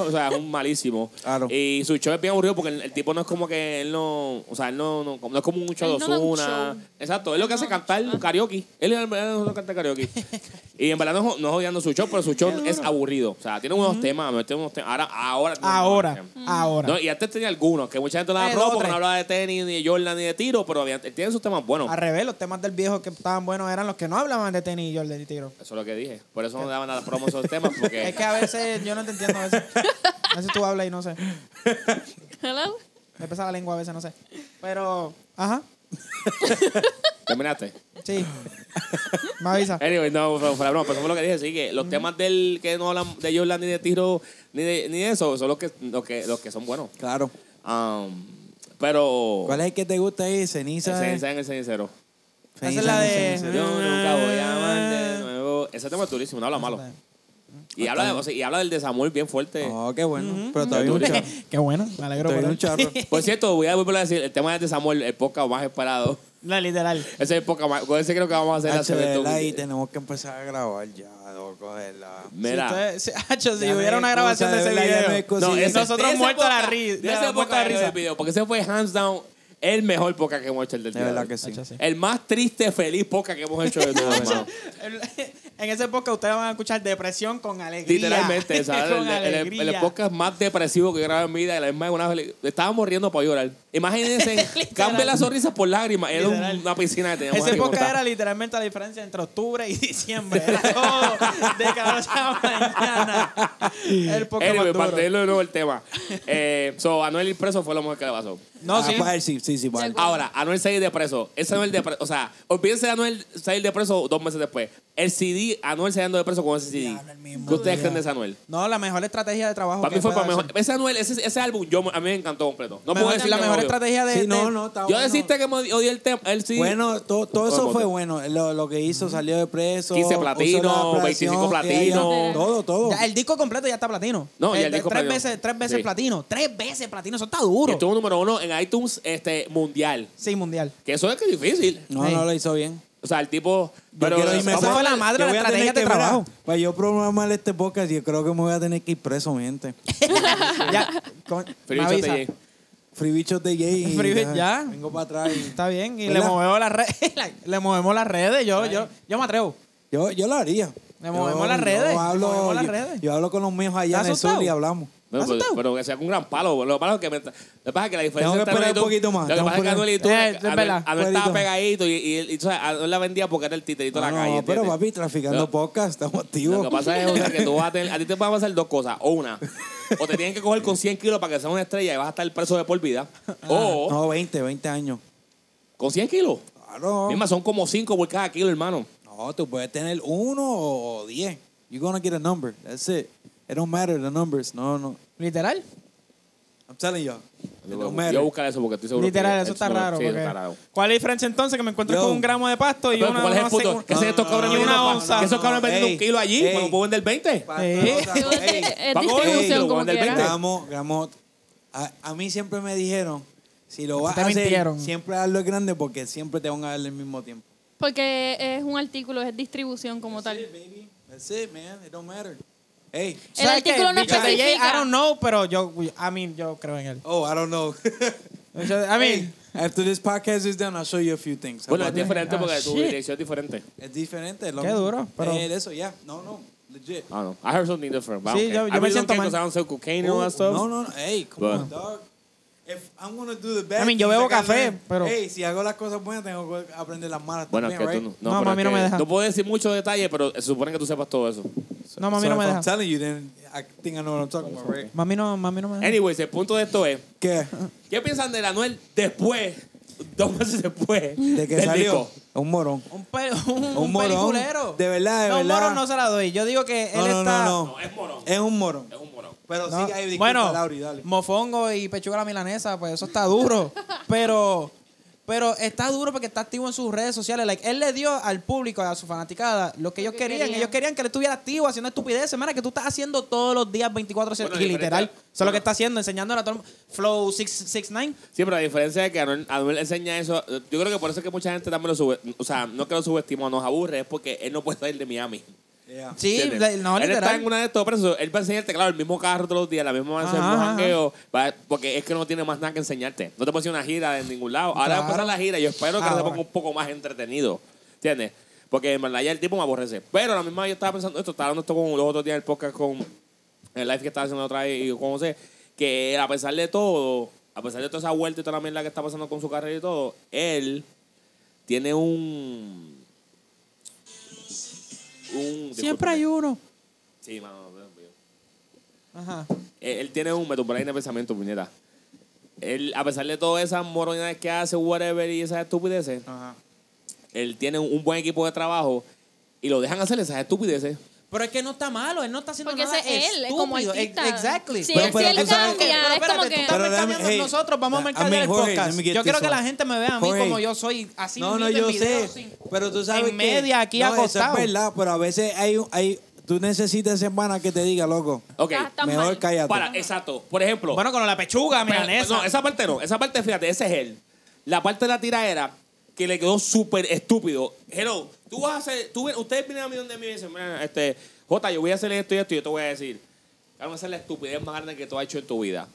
S1: O sea, es un malísimo.
S3: Claro.
S1: Y su show es bien aburrido porque el, el tipo no es como que él no. O sea, él no, no, no es como un show de
S4: Él no da un
S1: Ozuna.
S4: show.
S1: Exacto, él lo que hace es cantar karaoke. Él en verdad no canta karaoke. y en verdad no, es- no es odiando su show, pero su show es aburrido. O sea, tiene unos temas, me tiene unos temas. Ahora, ahora. tiene unos
S5: Ahora,
S1: temas.
S5: ahora.
S1: No, y antes tenía algunos que mucha gente lo
S2: Eh,
S1: aprobó
S2: dos o
S1: porque
S2: tres.
S1: no hablaba de tenis, ni de Jordan, ni de tiro, pero había, él tiene sus temas buenos.
S2: Al revés, los temas del viejo que estaban buenos eran los que no hablaban de tenis y Jordan y tiro.
S1: Eso es lo que dije. Por eso no daban a las promos esos temas porque.
S2: Es que a veces yo no te entiendo a veces. A veces tú hablas y no sé.
S4: Hello.
S2: Me pesa la lengua a veces, no sé. Pero, ajá,
S1: Terminaste.
S2: sí. Me avisa.
S1: Anyway, no, fue, fue la broma, pero eso fue lo que dije. Así que los temas del que no hablan de Jordan ni de tiro ni de, ni de eso son los que, los que, los que son buenos.
S3: Claro.
S1: Um, pero.
S3: ¿Cuál es el que te gusta ahí? Ceniza.
S1: El ceniza en el cenicero.
S2: Esa es la de-
S1: Yo nunca voy a amar de nuevo. Ese tema es durísimo, no habla malo. Y habla, de- o sea, y habla del desamor bien fuerte.
S3: Oh, qué bueno. Pero todavía
S1: Qué
S3: un
S1: duro.
S3: charro.
S5: Qué bueno, me alegro por
S3: Todavía un
S5: él.
S3: charro.
S1: Por cierto, voy a volver a decir, el tema de desamor, el podcast más esperado.
S5: La literal.
S1: Ese es el podcast más, con ese creo que vamos a hacer la
S3: Hacho, de
S1: segunda.
S3: verdad, y tenemos que empezar a grabar ya, loco, de verdad.
S1: Mira.
S2: Si, ustedes- si- Hacho, si
S3: Ya me
S2: hubiera una
S3: excusa,
S2: grabación de
S3: de
S2: ese
S3: verdad, ya me
S2: video.
S3: excusa. No,
S1: ese-
S3: ese-
S2: nosotros
S1: de ese
S2: muertos a la
S1: podcast-
S2: ri-
S1: de
S2: de
S1: ese
S2: la
S1: podcast
S2: muerta de
S1: yo
S2: risa.
S1: el video, porque ese fue hands down el mejor podcast que hemos hecho el del
S3: De
S1: día de
S3: verdad
S1: hoy.
S3: que sí.
S5: Hacho, sí.
S1: El más triste, feliz podcast que hemos hecho de todos, hermano.
S2: El- en ese podcast ustedes van a escuchar depresión con alegría.
S1: Literalmente, ¿sabes? El-
S2: con
S1: el, el-
S2: alegría.
S1: el podcast más depresivo que he grabado en mi vida. y La misma de una vez le- estábamos riendo para llorar. Imagínense, cambia la sonrisa por lágrimas. Era un-
S2: Literal.
S1: una piscina que teníamos
S2: ese
S1: aquí
S2: podcast
S1: montada.
S2: era literalmente la diferencia entre octubre y diciembre. Era todo de cabeza a mañana. El podcast
S1: Anyway,
S2: más duro.
S1: para tenerlo de nuevo el tema. Eh, so, Anuel ir preso fue lo mejor que le pasó.
S2: No,
S3: Ah,
S2: sí.
S3: para él, sí, sí, sí, para él.
S1: Ahora, Anuel salir de preso. Ese Anuel de preso. O sea, olvídense de Anuel salir de preso dos meses después. El CD, Anuel saliendo de preso con ese CD.
S3: Diablo, el mismo
S1: ¿Qué ustedes
S3: día.
S1: creen de ese Anuel?
S2: No, la mejor estrategia de trabajo.
S1: Para
S2: que
S1: mí fue
S2: pueda
S1: para mejor.
S2: hacer.
S1: Ese Anuel, ese, ese álbum, yo, a mí me encantó completo. No puedo
S2: Mejor-
S1: decir
S2: la mejor estrategia de.
S3: Sí,
S2: de-
S3: no, no, está
S1: Yo
S3: bueno.
S1: deciste que me odi- odié el tema. El CD.
S3: Bueno, to- todo
S1: Todo
S3: eso fue
S1: voto.
S3: bueno. Lo, lo que hizo, salió de preso.
S1: 15
S3: usó la
S1: platino, 25
S3: operación, ya, ya,
S1: platino.
S3: Todo, todo.
S2: Ya, el disco completo ya está platino.
S1: No, ya el
S2: de-
S1: disco
S2: tres
S1: platino.
S2: veces, tres veces
S1: Sí.
S2: platino. Tres veces platino. Eso está
S1: Y
S2: duro.
S1: estuvo número uno en iTunes este, mundial.
S2: Sí, mundial.
S1: Que eso es que es difícil.
S3: No,
S2: Sí.
S3: no lo hizo bien.
S1: O sea, el tipo.
S3: Yo
S1: Pero
S3: quiero irme
S1: vamos
S2: esa
S1: a-
S2: fue la madre de la
S3: Yo voy a tener
S2: estrategia de
S3: que, mira,
S2: trabajo.
S3: Para yo programar este podcast, yo creo que me voy a tener que ir preso, mi gente.
S2: ya, con-
S1: Free
S2: me
S1: Bicho
S2: avisa.
S1: TJ.
S3: Free bichos de Jay. y
S2: Free Bich- ya.
S3: Vengo para atrás. y-
S2: Está bien, y le
S3: ¿Verdad?
S2: movemos las redes. Le movemos las redes. Yo, yo, yo me atrevo.
S3: Yo, yo lo haría.
S2: Le movemos
S3: Yo-
S2: las redes,
S3: Yo hablo,
S2: le movemos las
S3: yo-
S2: redes.
S3: yo hablo con los míos allá en
S2: ¿Estás
S3: el sur y
S2: asustado?
S3: hablamos.
S1: Bueno, pero,
S2: asustado?
S1: pero que sea con un gran palo. Lo malo es que me, lo que pasa es que la diferencia
S3: Tengo que
S1: entre Anuel
S3: esperar
S1: y tú-
S3: un poquito más,
S1: Lo que
S3: tengo
S1: pasa es que
S3: que
S1: Anuel y tú.
S2: Eh, es
S1: Anuel,
S2: verdad.
S1: Anuel estaba
S3: Cuadrito.
S1: pegadito y, y, y, tú sabes, Anuel la vendía porque era el titerito de la
S3: No,
S1: calle.
S3: pero
S1: ¿entiendes?
S3: papi, traficando
S1: No.
S3: podcast, estamos
S1: Lo
S3: activos.
S1: que pasa es o sea, que tú vas a tener. A ti te van a pasar dos cosas. O una. O te tienen que coger con 100 kilos para que seas
S3: Ah,
S1: una estrella y vas a estar preso de por vida. O
S3: No, 20, 20 años.
S1: con 100 kilos.
S3: Claro.
S1: Misma, son como cinco por cada kilo, hermano.
S3: No, tú puedes tener uno o o diez. You're gonna get a number. That's it. It don't matter the numbers. No, no.
S2: Literal.
S3: I'm telling you. It
S1: Yo
S3: don't
S1: voy a
S3: matter.
S1: buscar eso porque estoy seguro. que
S2: Literal, eso está
S1: no-
S2: raro.
S1: Sí,
S2: porque-
S1: está raro.
S2: ¿Cuál es la diferencia entonces que me encuentro
S3: Yo.
S2: con un gramo de pasto y
S1: Pero,
S2: una,
S1: ¿Cuál es el
S2: una
S1: punto?
S2: seg-
S1: ¿Qué hacen estos cabrones
S2: y
S1: vendiendo
S2: una
S1: pa-
S2: onza?
S1: ¿Qué esos cabrones
S3: No,
S1: vendiendo
S3: ey,
S1: un kilo allí?
S3: ey.
S1: Cuando puedo vender 20.
S2: Eh.
S4: Yo- es-
S3: Ey,
S4: Es
S1: Paco,
S4: distribución
S1: ey,
S4: como
S1: lo van del
S4: quiera.
S1: veinte.
S3: Gramo, gramo. A, a mí siempre me dijeron, si lo
S2: A ti
S3: vas
S2: te
S3: a hacer,
S2: mintieron.
S3: siempre hazlo grande porque siempre te van a dar el mismo tiempo.
S4: Porque es un artículo, es distribución como tal.
S3: That's it, baby. That's it, man. It don't matter. Hey.
S4: El
S2: ¿Sabes qué?
S4: artículo no
S2: Bicho de Jay,
S4: especifica.
S2: I don't know, pero yo, I mean, yo creo en él.
S3: Oh, I don't know.
S2: Bicho de- I mean,
S3: After this podcast is done, I'll show you a few things.
S1: Bueno, es
S3: About that.
S1: diferente
S2: Ah,
S1: porque tu
S2: shit.
S1: dirección es diferente.
S3: es diferente. lo
S2: Qué
S3: mismo.
S2: duro, pero- Ah,
S3: Eh, eso, ya. No, no. Legit.
S1: I don't know. I heard something different. but I
S2: Sí,
S1: don't care.
S2: yo-
S1: I
S2: yo
S1: really
S2: me
S1: don't
S2: siento
S1: care
S2: mal. Uh.
S1: 'cause I don't sell cocaine and all
S3: Oh,
S1: that stuff.
S3: No, no, no. Hey, come
S1: But-
S3: on, dog. If I'm gonna do the best.
S2: I mean, yo bebo café, pero-
S3: Hey, si hago las cosas buenas, tengo que aprender las malas
S1: Bueno, es
S3: también,
S1: que
S3: right?
S1: tú no.
S2: No,
S1: pero
S2: mami,
S1: es
S2: no me
S1: que
S2: deja.
S1: No puedo decir muchos detalles, pero se supone que tú sepas todo eso.
S2: no, mami
S3: so
S2: no me
S3: if I'm
S2: deja.
S3: telling you, then I think I know what I'm talking about, right?
S2: Mami no, mami no me deja.
S1: Anyways, el punto de esto es:
S3: ¿Qué?
S1: ¿qué piensan de Anuel después, dos meses después
S3: ¿De qué
S1: del
S3: salió?
S1: disco?
S3: Un morón.
S2: Un, pe- un,
S3: Un morón.
S2: peliculero.
S3: De verdad, de
S2: no, un
S3: verdad.
S2: morón no se la doy. Yo digo que él
S3: No, no,
S2: está...
S3: no, no.
S1: No, es morón.
S3: Es un morón.
S1: Es un morón.
S3: Pero
S2: No,
S3: sí, hay disculpa,
S2: bueno,
S3: Lauri, dale.
S2: mofongo y pechuga a la milanesa, pues eso está duro. pero, pero está duro porque está activo en sus redes sociales. Like, él le dio al público, a su fanaticada, lo que ellos
S4: que
S2: querían.
S4: querían.
S2: Ellos querían que él estuviera activo haciendo estupideces. Mira, que tú estás haciendo todos los días 24 7
S1: Bueno,
S2: y
S1: diferente-
S2: literal. Eso es lo
S1: bueno.
S2: que está haciendo, enseñándole a todo el mundo. Flow 669.
S1: Sí, pero la diferencia es que Anuel, Anuel enseña eso. Yo creo que por eso es que mucha gente también lo sube. O sea, no que lo subestima, nos aburre, es porque él no puede salir de Miami.
S3: Yeah.
S2: Sí,
S1: ¿Entiendes?
S2: le- no,
S1: él está
S2: literal.
S1: en una de estos presos. Él va a enseñarte, claro, el mismo carro todos los días, la misma mansión, el
S2: Ajá,
S1: mismo
S2: ajá,
S1: jangueo, va- porque es que no tiene más nada que enseñarte. No te puede hacer una gira en ningún lado. Ahora va a
S2: Claro. Ah,
S1: empezar la gira. Yo espero que se
S2: Ahora.
S1: ponga un poco más entretenido. ¿Entiendes? Porque en verdad ya el tipo me aborrece. Pero a la misma vez yo estaba pensando esto, estaba hablando esto con los otros días del podcast con el live que estaba haciendo otra vez y con José, que a pesar de todo, a pesar de toda esa vuelta y toda la mierda que está pasando con su carrera y todo, él tiene un... un
S2: Siempre hay
S1: discúlpeme.
S2: uno.
S1: Sí, mano. Dios mío.
S2: Ajá.
S1: Él, él tiene un metropolitano de pensamiento, puñeta. Él, a pesar de todas esas moronidades que hace, whatever, y esas estupideces,
S3: Ajá.
S1: él tiene un buen equipo de trabajo y lo dejan hacer esas estupideces.
S2: Pero es que no está malo, él no está haciendo
S4: Porque
S2: nada
S4: ese es él, es
S2: estúpido.
S4: como artista.
S2: Ex- Exactly.
S4: Si
S3: Pero-
S4: él,
S3: pero
S4: si él
S3: tú sabes
S4: cambia,
S2: Pero
S4: es
S2: espérate,
S4: como
S2: tú
S4: que...
S2: estás
S3: Pero dame-
S2: mercadeando
S3: hey,
S2: nosotros, vamos a
S3: I
S2: mercadear
S3: mean,
S2: el
S3: Jorge,
S2: podcast.
S3: let me get
S2: Yo quiero
S3: this
S2: que la
S3: on.
S2: gente me vea a mí
S3: Jorge.
S2: como yo soy, así
S3: no, no,
S2: mismito en
S3: yo
S2: video,
S3: sé.
S2: sin-
S3: Pero tú sabes
S2: en
S3: que-
S2: media aquí
S3: no,
S2: acostado.
S3: Eso es verdad, pero a veces hay, hay, tú necesitas semana que te diga, loco.
S1: Ok.
S4: Ah, está- Tan
S3: mejor
S4: mal.
S3: cállate.
S1: Para, exacto. Por ejemplo,
S2: Bueno, con la pechuga,
S1: pero-
S2: milanesa.
S1: no, esa parte no. Esa parte, fíjate, ese es él. La parte de la tira era que le quedó súper estúpido. Hello, tú vas a hacer. Tú, ven- ustedes vienen a mí donde mí y dicen, mira, este, Jota, yo voy a hacer esto y esto y yo te voy a decir. Vamos a hacer la estupidez más grande que tú has hecho en tu vida.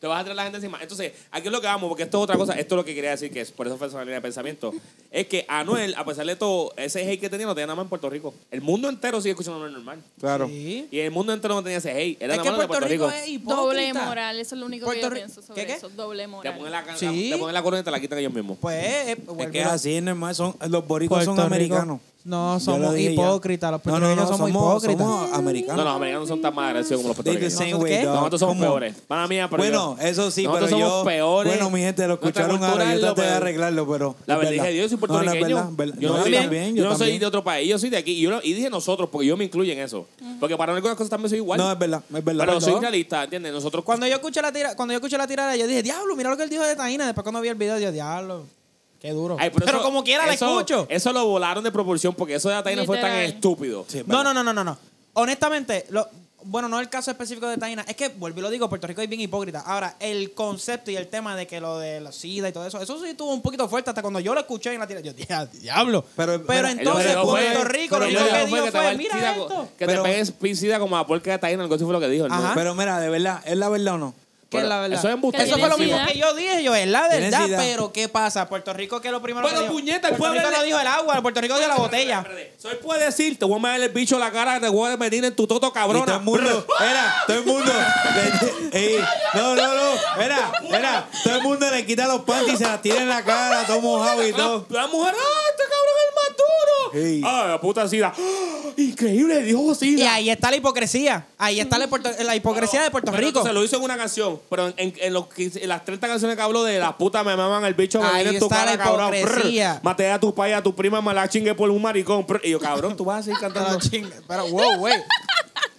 S1: Te vas a traer la gente encima. Entonces, aquí es lo que vamos, porque esto es otra cosa. Esto es lo que quería decir, que es, por eso fue esa línea de pensamiento. es que Anuel, a pesar de todo, ese hate que tenía, no tenía nada más en Puerto Rico. El mundo entero sigue escuchando a Anuel normal.
S3: Claro.
S2: Sí.
S1: Y el mundo entero no tenía ese hate. Era
S2: Es
S1: nada
S2: que
S1: más
S2: Puerto,
S1: de Puerto
S2: Rico,
S1: Rico.
S2: es hipócrita.
S4: Doble moral, eso es lo único que
S2: Puerto
S4: yo
S2: Ri-
S4: pienso sobre
S2: ¿Qué, qué?
S4: eso. Doble
S1: Te ponen la,
S4: moral.
S1: can-
S2: Sí.
S1: la- te ponen la corona y te la quitan ellos mismos.
S2: Pues, eh,
S3: Es
S2: vuelve
S3: que
S2: a-
S3: es así, no es más, son, los boricuas son
S2: Puerto Rico.
S3: americanos.
S2: No,
S3: Yo
S2: somos
S3: lo dije ya.
S2: hipócritas, los puertorriqueños somos hipócritas.
S3: Somos
S1: No,
S3: americanos.
S1: los americanos son tan más agresivos como los
S3: They the
S1: puertorriqueños.
S3: same
S2: ¿Nosotros
S3: way,
S2: qué?
S3: dog.
S1: Nosotros somos
S3: Come on.
S1: peores. Para mí, pero
S3: Bueno,
S1: yo-
S3: eso sí,
S1: nosotros
S3: pero
S1: somos
S3: yo...
S1: peores.
S3: Bueno, mi gente, lo
S1: Nuestra
S3: escucharon
S1: cultura
S3: ahora.
S1: es
S3: Yo
S1: lo
S3: traté de
S1: peor.
S3: arreglarlo, pero...
S1: La
S3: es
S1: verdad es
S3: verdad.
S1: que yo soy
S3: No, no, es
S1: puertorriqueño.
S3: verdad, verdad.
S1: Yo no, soy,
S3: también,
S1: yo no soy
S3: también.
S1: de otro país, yo soy de aquí. Y, yo no- y dije nosotros, porque yo me incluyo en eso. Porque para algunas cosas también soy igual.
S3: No, es verdad, es verdad.
S1: pero soy
S3: Perdón.
S1: realista, ¿entiendes? Nosotros
S2: Cuando yo escuché la tira, cuando yo escuché la tirada, yo dije, diablo, mira lo que él dijo de Taina. Después cuando vi el video, yo, diablo, qué duro.
S1: Ay,
S2: pero
S1: eso-
S2: como quiera
S1: eso-
S2: la escucho.
S1: Eso lo volaron de proporción porque eso de Ataina fue tan
S4: Literal.
S1: estúpido.
S3: Sí, es
S2: No,
S3: verdad.
S2: no, no, no, no, no. Honestamente, lo, bueno, no el caso específico de Taina. Es que, vuelvo y lo digo, Puerto Rico es bien hipócrita. Ahora, el concepto y el tema de que lo de la SIDA y todo eso, eso sí estuvo un poquito fuerte hasta cuando yo lo escuché en la tira. Yo, ah, "Dia- diablo.
S3: Pero-
S2: Pero,
S3: mira,
S2: entonces,
S1: Lo que dijo fue-
S2: Puerto Rico,
S1: pero pues,
S2: lo único
S1: lo
S2: que
S1: dijo fue
S2: dijo
S1: te va
S2: fue,
S1: el
S2: mira
S1: SIDA
S2: esto.
S1: co- Que te
S3: Pero-
S1: pegues piscina como la puerca de Taina, algo así fue lo que dijo. el
S2: Ajá.
S1: nene.
S3: Pero mira, de verdad, es la verdad o no.
S2: Que
S1: Pero
S2: la verdad.
S1: eso es embuste.
S2: Eso fue lo
S4: Tiene
S2: mismo
S4: sida.
S2: que yo dije, yo, es la verdad,
S3: sida.
S2: pero ¿qué pasa? Puerto Rico que lo primero
S1: Pero,
S2: que dijo-
S1: puñeta, el
S2: Puerto
S1: pueblo
S2: Rico
S1: es-
S2: no dijo el agua, Puerto Rico dio la botella.
S1: Soy puede decir, te voy a meter el bicho en la cara, te voy a venir en tu toto
S3: Y todo
S1: cabrona.
S3: el mundo, era, todo el mundo. le- ey, no, no, no, era, era, todo el mundo le quita los panties y se las tira en la cara, todo mojado y
S1: la,
S3: todo.
S1: la mujer, ¡ah, este cabrón es el más duro!
S3: Sí.
S1: ¡Ah, la puta sida! ¡Ah! increíble, dijo
S2: Y
S1: SIDA.
S2: ahí está la hipocresía. Ahí está la, Puerto- la hipocresía de Puerto
S1: Pero
S2: Rico.
S1: entonces lo hizo en una canción, pero en, en- en los 15 en las 30 canciones que habló de la puta me maman el bicho, me
S2: Ahí
S1: viene en tu
S2: está
S1: cara,
S2: la
S1: cabrón.
S2: hipocresía.
S1: Brr. maté a tu paya, a tu prima, me la chingue por un maricón. brr. Y yo, cabrón, tú vas a seguir
S2: Pero,
S1: cantando.
S2: chinga, pero, wow, wey.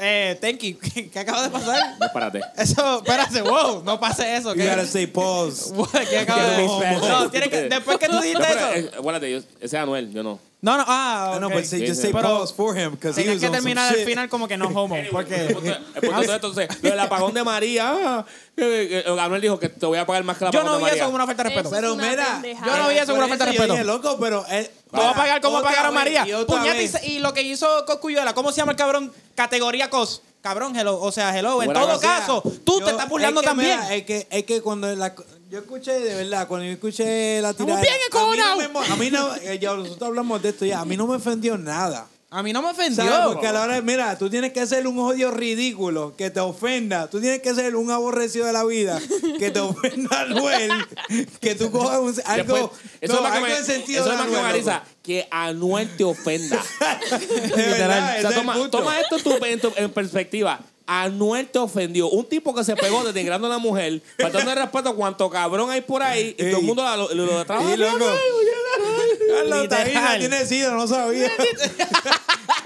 S2: Eh, thank you. ¿Qué, qué acaba de pasar?
S1: No, espérate.
S2: Eso, espérate, wow, no pase eso.
S3: You gotta
S2: ¿Qué,
S3: say pause.
S2: ¿Qué acaba de
S1: Quiero mis
S2: No,
S1: peces.
S2: tiene que, después que tú
S1: No,
S2: dijiste
S1: pero,
S2: eso.
S1: eh, acuérdate, yo, ese es Anuel, yo no.
S2: No, no, ah,
S3: Ah, no,
S2: ok.
S3: but say, just
S1: Sí,
S3: say
S1: sí.
S3: pause for him, because he
S2: Tenías
S3: was
S2: que
S3: on some
S2: terminar al
S3: shit.
S2: final como que no homo.
S3: Eh.
S1: El punto-
S2: Porque
S1: el
S3: Ah,
S1: punto de esto, entonces, lo del apagón de María, ah, eh, eh, Anuel dijo que te voy a pagar más que el
S2: yo
S1: apagón de
S2: no vi
S1: María.
S2: eso como una falta de respeto.
S4: Eso es
S3: Pero
S4: una
S3: mira,
S4: pendejada.
S2: yo no vi eso
S3: Por
S2: como una falta de
S3: yo
S2: respeto.
S3: dije, loco, pero... él-
S2: ¿Cómo va a pagar? ¿Cómo va a
S3: otra
S2: pagar a
S3: vez,
S2: María?
S3: y otra
S2: Puñeta, y,
S3: vez.
S2: se- y lo que hizo Coscuyuela, ¿cómo se llama el cabrón? Categoría Cos. Cabrón, hello. O sea, hello. En
S1: Buena
S2: todo
S1: cosa.
S2: caso, tú
S3: Yo-
S2: te estás burlando
S3: es que, eh.
S2: también.
S3: mira, es, que, es que cuando la, yo escuché, de verdad, cuando yo escuché la tirada.
S2: bien
S3: a mí
S2: encojonados.
S3: no, me, a mí no eh, ya nosotros hablamos de esto ya, a mí no me ofendió nada.
S2: a mí no me
S3: ¿Sabes?
S2: ofendió.
S3: Porque a la hora de- mira, tú tienes que ser un odio ridículo que te ofenda. Tú tienes que ser un aborrecido de la vida que te ofenda a Anuel. que tú cojas un- algo,
S1: Después, eso
S3: no,
S1: es más que
S3: algo
S1: me,
S3: en sentido
S1: eso
S3: de
S1: es más que me
S3: Anuel,
S1: organiza, que Anuel te ofenda.
S3: loco. De verdad,
S1: O
S3: ese
S1: sea,
S3: es el
S1: toma,
S3: punto.
S1: toma esto tu- en, tu- en perspectiva. Anuel te ofendió. Un tipo que se pegó denigrando a una mujer, faltando el respeto cuánto cabrón hay por ahí y
S3: Ey.
S1: todo el mundo la- lo, lo, lo detrás.
S3: Sí, loco. Carlos Taína
S2: Literal.
S3: tiene sida, no sabía.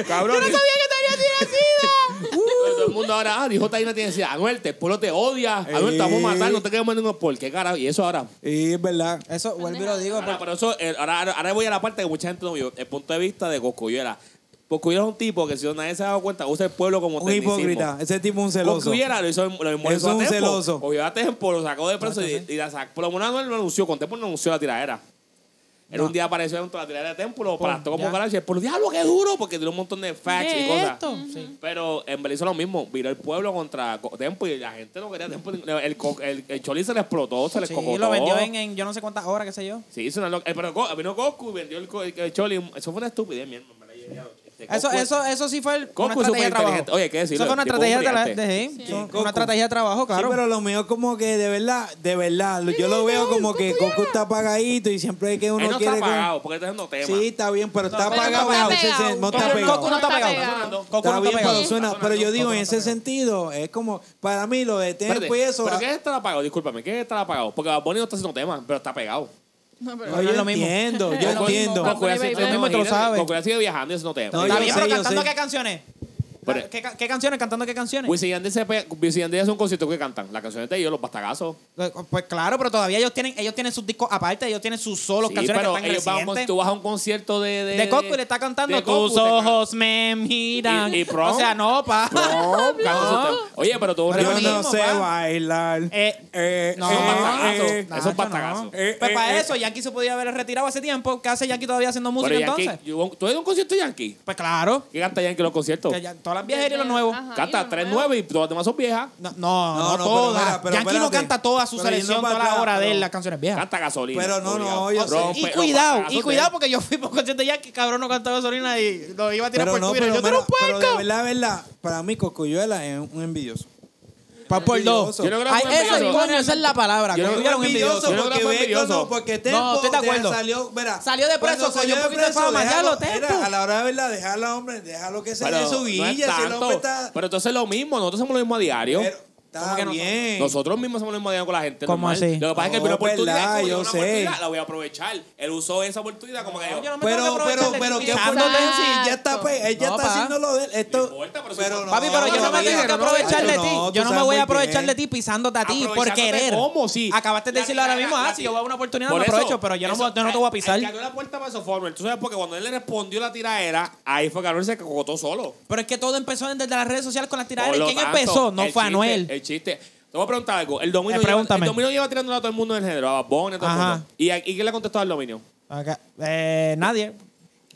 S1: Cabrón. Yo no sabía que tenía sida. todo el mundo ahora, ah, dijo Taina tiene sida. Anuel, te pueblo te odia. Anuel, te vamos a matar, no te quedes mandando por qué carajo. Y eso ahora.
S3: Y es verdad.
S2: Eso, vuelvo y lo digo.
S1: Ahora, pero eso, eh, ahora, ahora- ahora voy a la parte que mucha gente no vio, el punto de vista de Coscuyuela. Coscuyuela es un tipo que si nadie se ha dado cuenta, usa el pueblo como
S3: Un
S1: tecnicismo.
S3: hipócrita. Ese tipo es un celoso.
S1: Coscuyuela lo hizo lo mismo
S3: Es
S1: hizo a
S3: un
S1: Tempo.
S3: celoso.
S1: Cogió a Tempo, lo sacó de preso y, y la sacó. Por lo menos Anuel no anunció, con Tempo no anunció la tiradera. Era un día apareció dentro de la tiradera de Tempo, lo aplastó como
S2: ya.
S1: carajo. Por diablo, qué duro, porque tiene un montón de facts
S2: ¿Qué
S1: y
S2: es
S1: cosas.
S2: esto? Sí.
S1: Pero en Belice lo mismo, viró el pueblo contra Co- Tempo y la gente no quería Tempo. El, co- el, el Choli se le explotó, se le
S2: Sí,
S1: cocotó.
S2: lo vendió en, en yo no sé cuántas horas, qué sé yo.
S1: Sí, hizo una loca. eh, pero Go- vino Goku y vendió el, co- el- el Choli. Eso fue una estupidez, mi hermano. Este,
S2: Eso,
S1: Goku-
S2: eso, eso sí fue el,
S1: Goku
S2: una
S1: es
S2: estrategia de
S1: superinteligente.
S2: trabajo.
S1: Oye, hay que decirlo,
S2: Eso fue una
S1: tipo
S2: estrategia de,
S1: brillante.
S2: tra- de- sí,
S4: Sí.
S2: son-
S3: Goku.
S2: una estrategia de trabajo, claro.
S3: Sí, pero lo mío es como que de verdad, de verdad, lo- yo lo veo como que Coco está apagadito y siempre hay que
S1: Él
S3: uno
S1: no
S3: quiere
S1: está
S3: como-
S1: apagado, porque está haciendo tema.
S3: Sí, está bien, pero está
S4: pero
S3: apagado.
S4: no está
S3: en ese
S4: pegado.
S3: sen- No está
S4: Coco-
S3: pegado.
S4: Coco no está pegado.
S2: Coco
S3: Está
S2: no
S3: bien,
S2: está
S3: pero
S2: pegado.
S3: suena, pero yo digo
S2: Coco
S3: en
S2: no
S3: ese
S2: está
S3: sentido, es como para mí lo de
S1: Espérate,
S3: tempo y eso.
S1: ¿Pero
S3: ah,
S1: qué es estar apagado? Discúlpame, ¿qué es estar apagado? Porque Bad Bunny no está haciendo tema, pero está pegado.
S4: No, pero-
S3: no, yo
S2: es lo mismo.
S3: entiendo, yo
S1: Goku-
S4: lo mismo,
S3: entiendo.
S4: Goku-
S1: Goku ya sigue-
S4: Lo mismo,
S2: tú lo
S1: imagínate,
S2: sabes.
S1: Goku ya sigue viajando y haciendo tema.
S3: No,
S2: Está
S3: yo
S2: bien,
S3: sé,
S2: pero
S3: yo
S2: cantando
S3: sé.
S2: qué canciones.
S1: Pero- Pues-
S2: La- ¿Qué, ca- qué canciones? Cantando qué canciones.
S1: Wisin y Yandel se pe- Wisin y Yandel hace un concierto que cantan. Las canciones de ellos, los bastagazos.
S2: Eh, Pues claro, pero todavía ellos tienen, ellos tienen sus discos aparte, ellos tienen sus solos,
S1: Sí,
S2: canciones
S1: pero
S2: que
S1: ellos
S2: están
S1: vamos,
S2: recientes.
S1: tú vas a un concierto de... De,
S2: de Coco y le está cantando
S1: de Goku,
S2: Tus
S1: te canta-
S2: ojos me miran.
S1: Y- y prom.
S2: o sea, no, pa.
S1: No, canta su tema. Oye, pero tú...
S2: Pero
S3: Yo no
S2: mismo,
S3: sé
S2: pa.
S3: bailar.
S2: Eh,
S3: Eh,
S2: no,
S1: Eso es
S2: eh,
S1: bastagazo.
S3: eh,
S1: Eso
S2: Nacho,
S1: es Eh, bastagazo.
S2: no. pues para eso, Yankee se podía haber retirado hace tiempo. ¿Qué hace Yankee todavía haciendo música
S1: Pero Yankee,
S2: entonces?
S1: yo- ¿tú has ido a un concierto de Yankee?
S2: Pues claro.
S1: ¿Qué canta Yankee en los conciertos?
S2: Que ya- todas las viejas y los nuevos.
S4: Ajá, y
S1: Canta
S4: lo
S1: tres
S4: nuevo.
S1: nueve y todas las demás son viejas.
S2: No, no,
S3: No,
S2: no,
S3: no,
S2: todas.
S3: pero espera, pero
S2: Yankee no
S3: espérate.
S2: canta toda su
S3: Pero
S2: selección,
S3: yendo para
S2: toda la
S3: atrás,
S2: hora de
S3: pero-
S2: él, las canciones viejas.
S1: Canta gasolina.
S3: Pero no,
S1: obligado.
S3: no, yo sé.
S1: Rompe-
S2: Y
S1: los
S2: cuidado,
S1: batazos
S2: y
S1: de-
S2: cuidado, porque yo fui por un concierto de Yankee, cabrón, no cantaba gasolina y lo iba a tirar
S3: Pero
S2: por
S3: no,
S2: Twitter.
S3: pero
S2: yo quiero
S3: mira,
S2: un
S3: pero de
S2: puerco.
S3: verdad, verdad, para mí Cocuyuela es un envidioso.
S2: Pa' por dos.
S1: Yo no creo que
S2: Ay,
S1: fue
S2: eso,
S1: envidioso.
S2: coño, esa es la palabra.
S1: Yo no
S2: coño,
S1: creo
S2: yo era un
S1: que fue
S2: envidioso.
S1: envidioso. Yo no creo que fue
S3: porque Beto
S1: envidioso.
S3: no, porque Tempo
S2: No, estoy de acuerdo.
S3: salió, verá,
S2: Salió de preso,
S3: cuando
S2: cogió un poquito de fama, ya
S3: déjalo-
S2: lo Tempo.
S3: era, a la hora de verdad, déjalo, hombre, déjalo que se
S1: Pero
S3: dé su
S1: no es
S3: guilla, si el
S1: tanto.
S3: hombre está...
S1: Pero entonces es lo mismo, nosotros hacemos lo mismo a diario.
S3: Pero, está
S2: Pues ¿Cómo que no?
S3: bien.
S1: Nosotros mismos hacemos lo mismo a diario con la gente.
S2: ¿Cómo
S1: normal.
S2: así?
S1: Lo que pasa es que
S3: No,
S1: el una oportunidad, es
S3: verdad,
S1: como
S3: yo
S1: una
S3: sé.
S1: oportunidad, la voy a aprovechar. Él usó esa oportunidad como que
S2: Yo no me tengo
S3: pero,
S2: que
S3: pero,
S2: aprovechar
S3: pero,
S2: de ti.
S3: ¿qué
S4: Exacto.
S3: oportunidad? Si ya está, pues, ella
S2: No,
S3: está
S2: pa.
S3: haciendo lo de él.
S1: No
S3: Esto,
S1: importa, pero
S3: pero
S1: sí.
S3: no,
S2: Papi, pero yo no me
S1: todavía
S2: tengo que
S1: no,
S2: aprovechar de
S1: macho,
S2: ti.
S3: no, tú
S2: Yo no me
S3: sabes
S2: voy a
S3: muy
S2: aprovechar
S3: bien.
S2: de ti pisándote a ti por
S1: Aprovechándote
S2: querer.
S1: ¿Cómo? Sí.
S2: Acabaste de
S1: La
S2: decirlo ahora
S1: tirada,
S2: mismo. Ah,
S1: la
S2: si yo voy a una oportunidad,
S1: Por
S2: me
S1: eso,
S2: aprovecho, pero yo no,
S1: eso,
S2: voy- yo no te voy a
S1: el-
S2: pisar.
S1: El que abrió la puerta para eso fue Anuel. Tú sabes, porque cuando él le respondió la tiraera, ahí fue que Anuel se cocotó solo.
S2: Pero es que todo empezó desde las redes sociales con las tiraderas.
S1: Por
S2: ¿Y
S1: lo
S2: quién
S1: tanto,
S2: empezó? No
S1: el chiste,
S2: fue
S1: Eh.
S2: Anuel.
S1: El chiste. Te voy a preguntar algo. El dominio,
S2: Eh,
S1: lleva, el
S2: pregúntame.
S1: dominio lleva tirándole a todo el mundo en género, a Bad Bunny, a todo el
S2: Ajá.
S1: mundo. ¿Y, a- ¿Y qué le contestó al dominio?
S2: Acá. Eh, nadie.